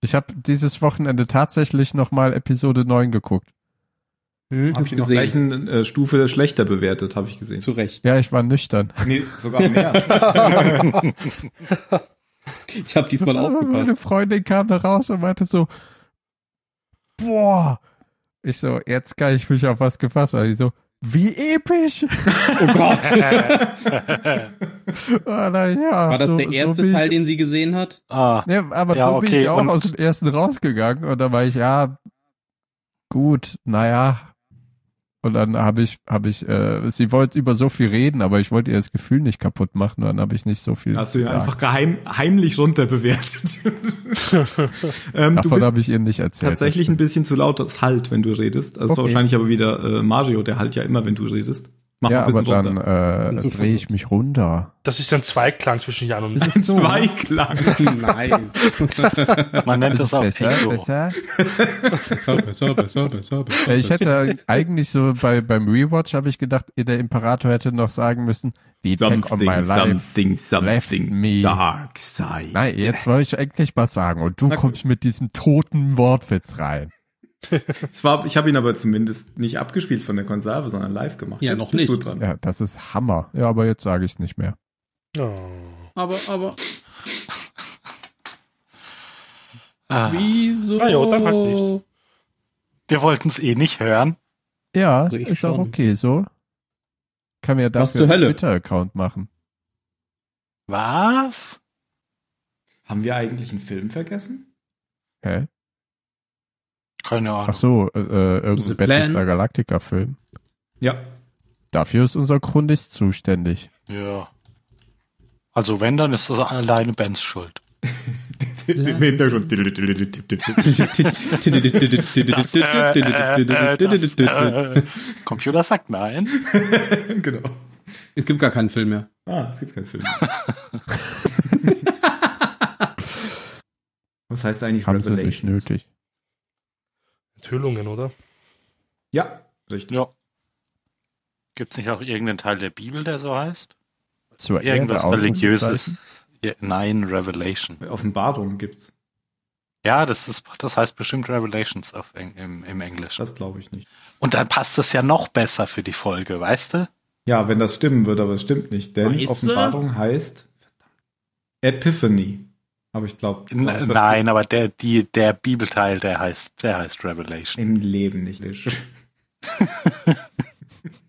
[SPEAKER 5] Ich habe dieses Wochenende tatsächlich nochmal Episode 9 geguckt.
[SPEAKER 2] Hm,
[SPEAKER 1] Hab
[SPEAKER 2] hast
[SPEAKER 1] ich
[SPEAKER 2] du
[SPEAKER 1] noch
[SPEAKER 2] gesehen.
[SPEAKER 1] gleich eine äh, Stufe schlechter bewertet, habe ich gesehen.
[SPEAKER 2] Zu Recht.
[SPEAKER 5] Ja, ich war nüchtern.
[SPEAKER 1] Nee, sogar mehr.
[SPEAKER 2] Ich habe diesmal
[SPEAKER 5] Aber
[SPEAKER 2] aufgepasst.
[SPEAKER 5] Meine Freundin kam da raus und meinte so, boah. Ich so, jetzt kann ich mich auf was gefasst. Und die so, wie episch.
[SPEAKER 2] Oh Gott.
[SPEAKER 5] Oder, Ah, ja,
[SPEAKER 2] War das
[SPEAKER 5] so,
[SPEAKER 2] der erste
[SPEAKER 5] so bin
[SPEAKER 2] Teil,
[SPEAKER 5] ich,
[SPEAKER 2] den sie gesehen hat?
[SPEAKER 4] ah,
[SPEAKER 5] Ja, aber
[SPEAKER 4] Ja,
[SPEAKER 5] so bin
[SPEAKER 4] okay,
[SPEAKER 5] ich auch
[SPEAKER 4] und-
[SPEAKER 5] aus dem ersten rausgegangen. Und da war ich, ja, gut, naja. Und dann habe ich, habe ich, äh, sie wollte über so viel reden, aber ich wollte ihr das Gefühl nicht kaputt machen. Und dann habe ich nicht so viel
[SPEAKER 1] Hast du ja
[SPEAKER 5] gesagt.
[SPEAKER 1] einfach geheim, heimlich runterbewertet. ähm, du
[SPEAKER 5] Davon
[SPEAKER 1] bist
[SPEAKER 5] habe ich ihr nicht erzählt.
[SPEAKER 1] tatsächlich ein bisschen zu laut, das halt, wenn du redest. Also
[SPEAKER 5] Okay.
[SPEAKER 1] wahrscheinlich aber wieder äh, Mario, der halt ja immer, wenn du redest. Mach
[SPEAKER 5] ja,
[SPEAKER 1] ein bisschen
[SPEAKER 5] aber dann
[SPEAKER 1] runter.
[SPEAKER 5] äh,
[SPEAKER 2] So
[SPEAKER 5] drehe ich mich runter.
[SPEAKER 3] Das ist ein Zweiklang zwischen Jan und
[SPEAKER 1] Ein Zweiklang.
[SPEAKER 2] Nein.
[SPEAKER 4] man nennt das auch
[SPEAKER 5] besser,
[SPEAKER 4] Echo.
[SPEAKER 5] besser. Ja, Ich hätte eigentlich so bei beim Rewatch habe ich gedacht, eh, der Imperator hätte noch sagen müssen, the attack on my life. left me.
[SPEAKER 1] dark side.
[SPEAKER 5] Nein, jetzt wollte ich endlich was sagen und du kommst mit diesem toten Wortwitz rein.
[SPEAKER 1] Es war, ich habe ihn aber zumindest nicht abgespielt von der Konserve, sondern live gemacht.
[SPEAKER 2] Ja,
[SPEAKER 1] Jetzt
[SPEAKER 2] noch
[SPEAKER 1] bist
[SPEAKER 2] nicht.
[SPEAKER 1] Du dran.
[SPEAKER 5] Ja, das ist Hammer. Ja, aber jetzt sage ich es nicht mehr.
[SPEAKER 3] Oh.
[SPEAKER 2] Aber, aber,
[SPEAKER 4] Ah,
[SPEAKER 2] wieso?
[SPEAKER 3] Na ja, dann halt nichts.
[SPEAKER 4] wir wollten es eh nicht hören.
[SPEAKER 5] Ja,
[SPEAKER 2] Also ich
[SPEAKER 5] ist auch
[SPEAKER 2] schon.
[SPEAKER 5] okay so. Kann mir
[SPEAKER 2] Was
[SPEAKER 5] dafür
[SPEAKER 2] zur
[SPEAKER 5] einen
[SPEAKER 2] Hölle?
[SPEAKER 5] Twitter-Account machen.
[SPEAKER 4] Was?
[SPEAKER 1] Haben wir eigentlich einen Film vergessen?
[SPEAKER 5] Hä?
[SPEAKER 4] Keine
[SPEAKER 5] Ach
[SPEAKER 4] Ahnung.
[SPEAKER 5] so, äh, äh,
[SPEAKER 2] The Plan.
[SPEAKER 5] irgendein Battlestar Galactica-Film.
[SPEAKER 1] Ja.
[SPEAKER 5] Dafür ist unser Grundis zuständig.
[SPEAKER 4] Ja. Also wenn, dann ist das alleine Bens Schuld.
[SPEAKER 1] Im Hintergrund.
[SPEAKER 4] Das, äh, äh, äh, das, äh, Computer sagt nein.
[SPEAKER 1] genau.
[SPEAKER 2] Es gibt gar keinen Film mehr.
[SPEAKER 1] Ah, es gibt keinen Film. Was heißt eigentlich
[SPEAKER 5] Haben sie nicht nötig.
[SPEAKER 3] Enthüllungen, oder?
[SPEAKER 1] Ja, richtig.
[SPEAKER 4] Ja. Gibt's nicht auch irgendeinen Teil der Bibel, der so heißt?
[SPEAKER 5] Zur
[SPEAKER 4] Irgendwas
[SPEAKER 5] Ehre, Ausrufezeichen.
[SPEAKER 4] Religiöses. Ja, nein, Revelation.
[SPEAKER 1] Offenbarung gibt's.
[SPEAKER 4] Ja, das ist, das heißt bestimmt Revelations auf Eng, im, im Englischen.
[SPEAKER 1] Das glaube ich nicht.
[SPEAKER 4] Und dann passt das ja noch besser für die Folge, weißt du?
[SPEAKER 1] Ja, wenn das stimmen würde, aber es stimmt nicht, denn
[SPEAKER 2] Weißt du?
[SPEAKER 1] Offenbarung heißt Epiphany. Aber ich glaube,
[SPEAKER 4] N nein, aber der, die, der Bibelteil, der heißt, der heißt Revelation.
[SPEAKER 1] im Leben nicht.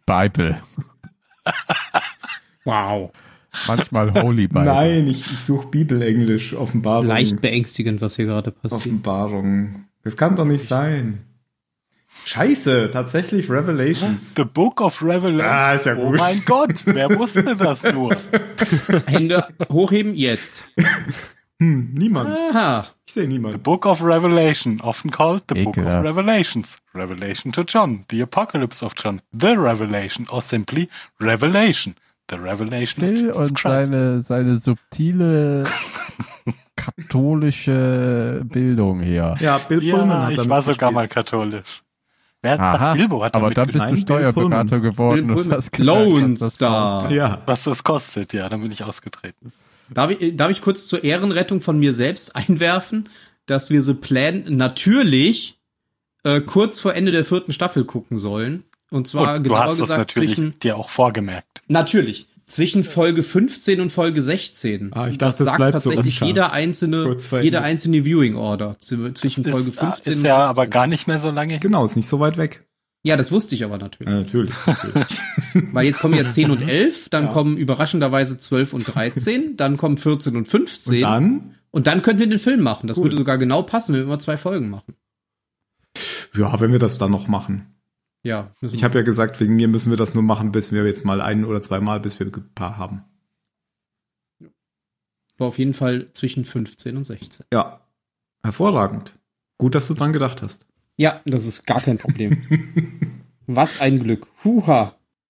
[SPEAKER 5] Bible.
[SPEAKER 2] Wow.
[SPEAKER 5] Manchmal Holy Bible.
[SPEAKER 1] Nein, ich, ich suche Bibelenglisch, Offenbarung.
[SPEAKER 2] Leicht beängstigend, was hier gerade passiert.
[SPEAKER 1] Offenbarung. Das kann doch nicht sein. Scheiße, tatsächlich Revelations.
[SPEAKER 4] The Book of Revelation.
[SPEAKER 1] Ah, ist ja
[SPEAKER 4] oh
[SPEAKER 1] gut.
[SPEAKER 4] mein Gott, wer wusste das nur?
[SPEAKER 2] Hände hochheben, jetzt.
[SPEAKER 1] Hm, niemand.
[SPEAKER 2] Aha.
[SPEAKER 1] Ich sehe
[SPEAKER 4] The
[SPEAKER 1] niemanden.
[SPEAKER 4] Book of Revelation, often called the Book of
[SPEAKER 5] Ekelhaft.
[SPEAKER 4] Revelations. Revelation to John, the Apocalypse of John, the Revelation, or simply Revelation. The Revelation of
[SPEAKER 5] Phil
[SPEAKER 4] Jesus
[SPEAKER 5] und
[SPEAKER 4] Christ.
[SPEAKER 5] seine, seine subtile katholische Bildung hier.
[SPEAKER 1] Ja, Bill Pullman
[SPEAKER 4] Ja,
[SPEAKER 1] hat
[SPEAKER 4] ich
[SPEAKER 1] damit
[SPEAKER 4] war sogar
[SPEAKER 1] gespielt.
[SPEAKER 4] mal katholisch. Wer hat
[SPEAKER 5] Aha,
[SPEAKER 4] was Bilbo hat
[SPEAKER 5] aber
[SPEAKER 4] damit
[SPEAKER 5] dann bist
[SPEAKER 1] gespielt.
[SPEAKER 5] du
[SPEAKER 1] Nein, Bill
[SPEAKER 5] Steuerberater
[SPEAKER 1] Pullman.
[SPEAKER 5] geworden
[SPEAKER 2] Bill
[SPEAKER 5] und
[SPEAKER 2] Pullman.
[SPEAKER 5] hast
[SPEAKER 2] Lone
[SPEAKER 5] was das
[SPEAKER 2] Star.
[SPEAKER 5] kostet.
[SPEAKER 1] Ja,
[SPEAKER 4] was das kostet, ja, dann bin ich ausgetreten.
[SPEAKER 2] Darf ich, darf ich kurz zur Ehrenrettung von mir selbst einwerfen, dass wir The Plan natürlich äh, kurz vor Ende der vierten Staffel gucken sollen. Und zwar
[SPEAKER 4] Und du
[SPEAKER 2] genauer
[SPEAKER 4] hast das
[SPEAKER 2] genau gesagt
[SPEAKER 4] natürlich
[SPEAKER 2] zwischen
[SPEAKER 4] dir auch vorgemerkt.
[SPEAKER 2] Natürlich. zwischen Folge 15 und Folge 16.
[SPEAKER 1] Ah, ich
[SPEAKER 2] Das
[SPEAKER 1] dachte, es
[SPEAKER 2] sagt
[SPEAKER 1] bleibt so
[SPEAKER 2] tatsächlich
[SPEAKER 1] unscharf.
[SPEAKER 2] jeder einzelne,
[SPEAKER 1] Kurz vor
[SPEAKER 2] jede
[SPEAKER 1] Ende.
[SPEAKER 2] einzelne Viewing Order zw- zwischen
[SPEAKER 4] ist, ah,
[SPEAKER 2] Folge 15
[SPEAKER 4] ist
[SPEAKER 2] und
[SPEAKER 4] ja aber gar nicht mehr so lange hin.
[SPEAKER 1] Genau, ist nicht so weit weg.
[SPEAKER 2] Ja, das wusste ich aber natürlich.
[SPEAKER 1] natürlich.
[SPEAKER 2] Weil jetzt kommen ja 10 und 11, dann
[SPEAKER 1] Ja.
[SPEAKER 2] kommen überraschenderweise 12 und 13, dann kommen 14 und 15.
[SPEAKER 1] Und dann,
[SPEAKER 2] Und dann könnten wir den Film machen. Das
[SPEAKER 1] Cool.
[SPEAKER 2] würde sogar genau passen, wenn wir immer zwei Folgen machen.
[SPEAKER 1] ja, wenn wir das dann noch machen.
[SPEAKER 2] Ja. müssen
[SPEAKER 1] Ich
[SPEAKER 2] wir-
[SPEAKER 1] habe ja gesagt, wegen mir müssen wir das nur machen, bis wir jetzt mal ein oder zweimal, bis wir ein paar haben.
[SPEAKER 2] war auf jeden Fall zwischen 15 und 16.
[SPEAKER 1] Ja, hervorragend. Gut, dass du dran gedacht hast.
[SPEAKER 2] Ja, das ist gar kein Problem. Was ein Glück. Huha.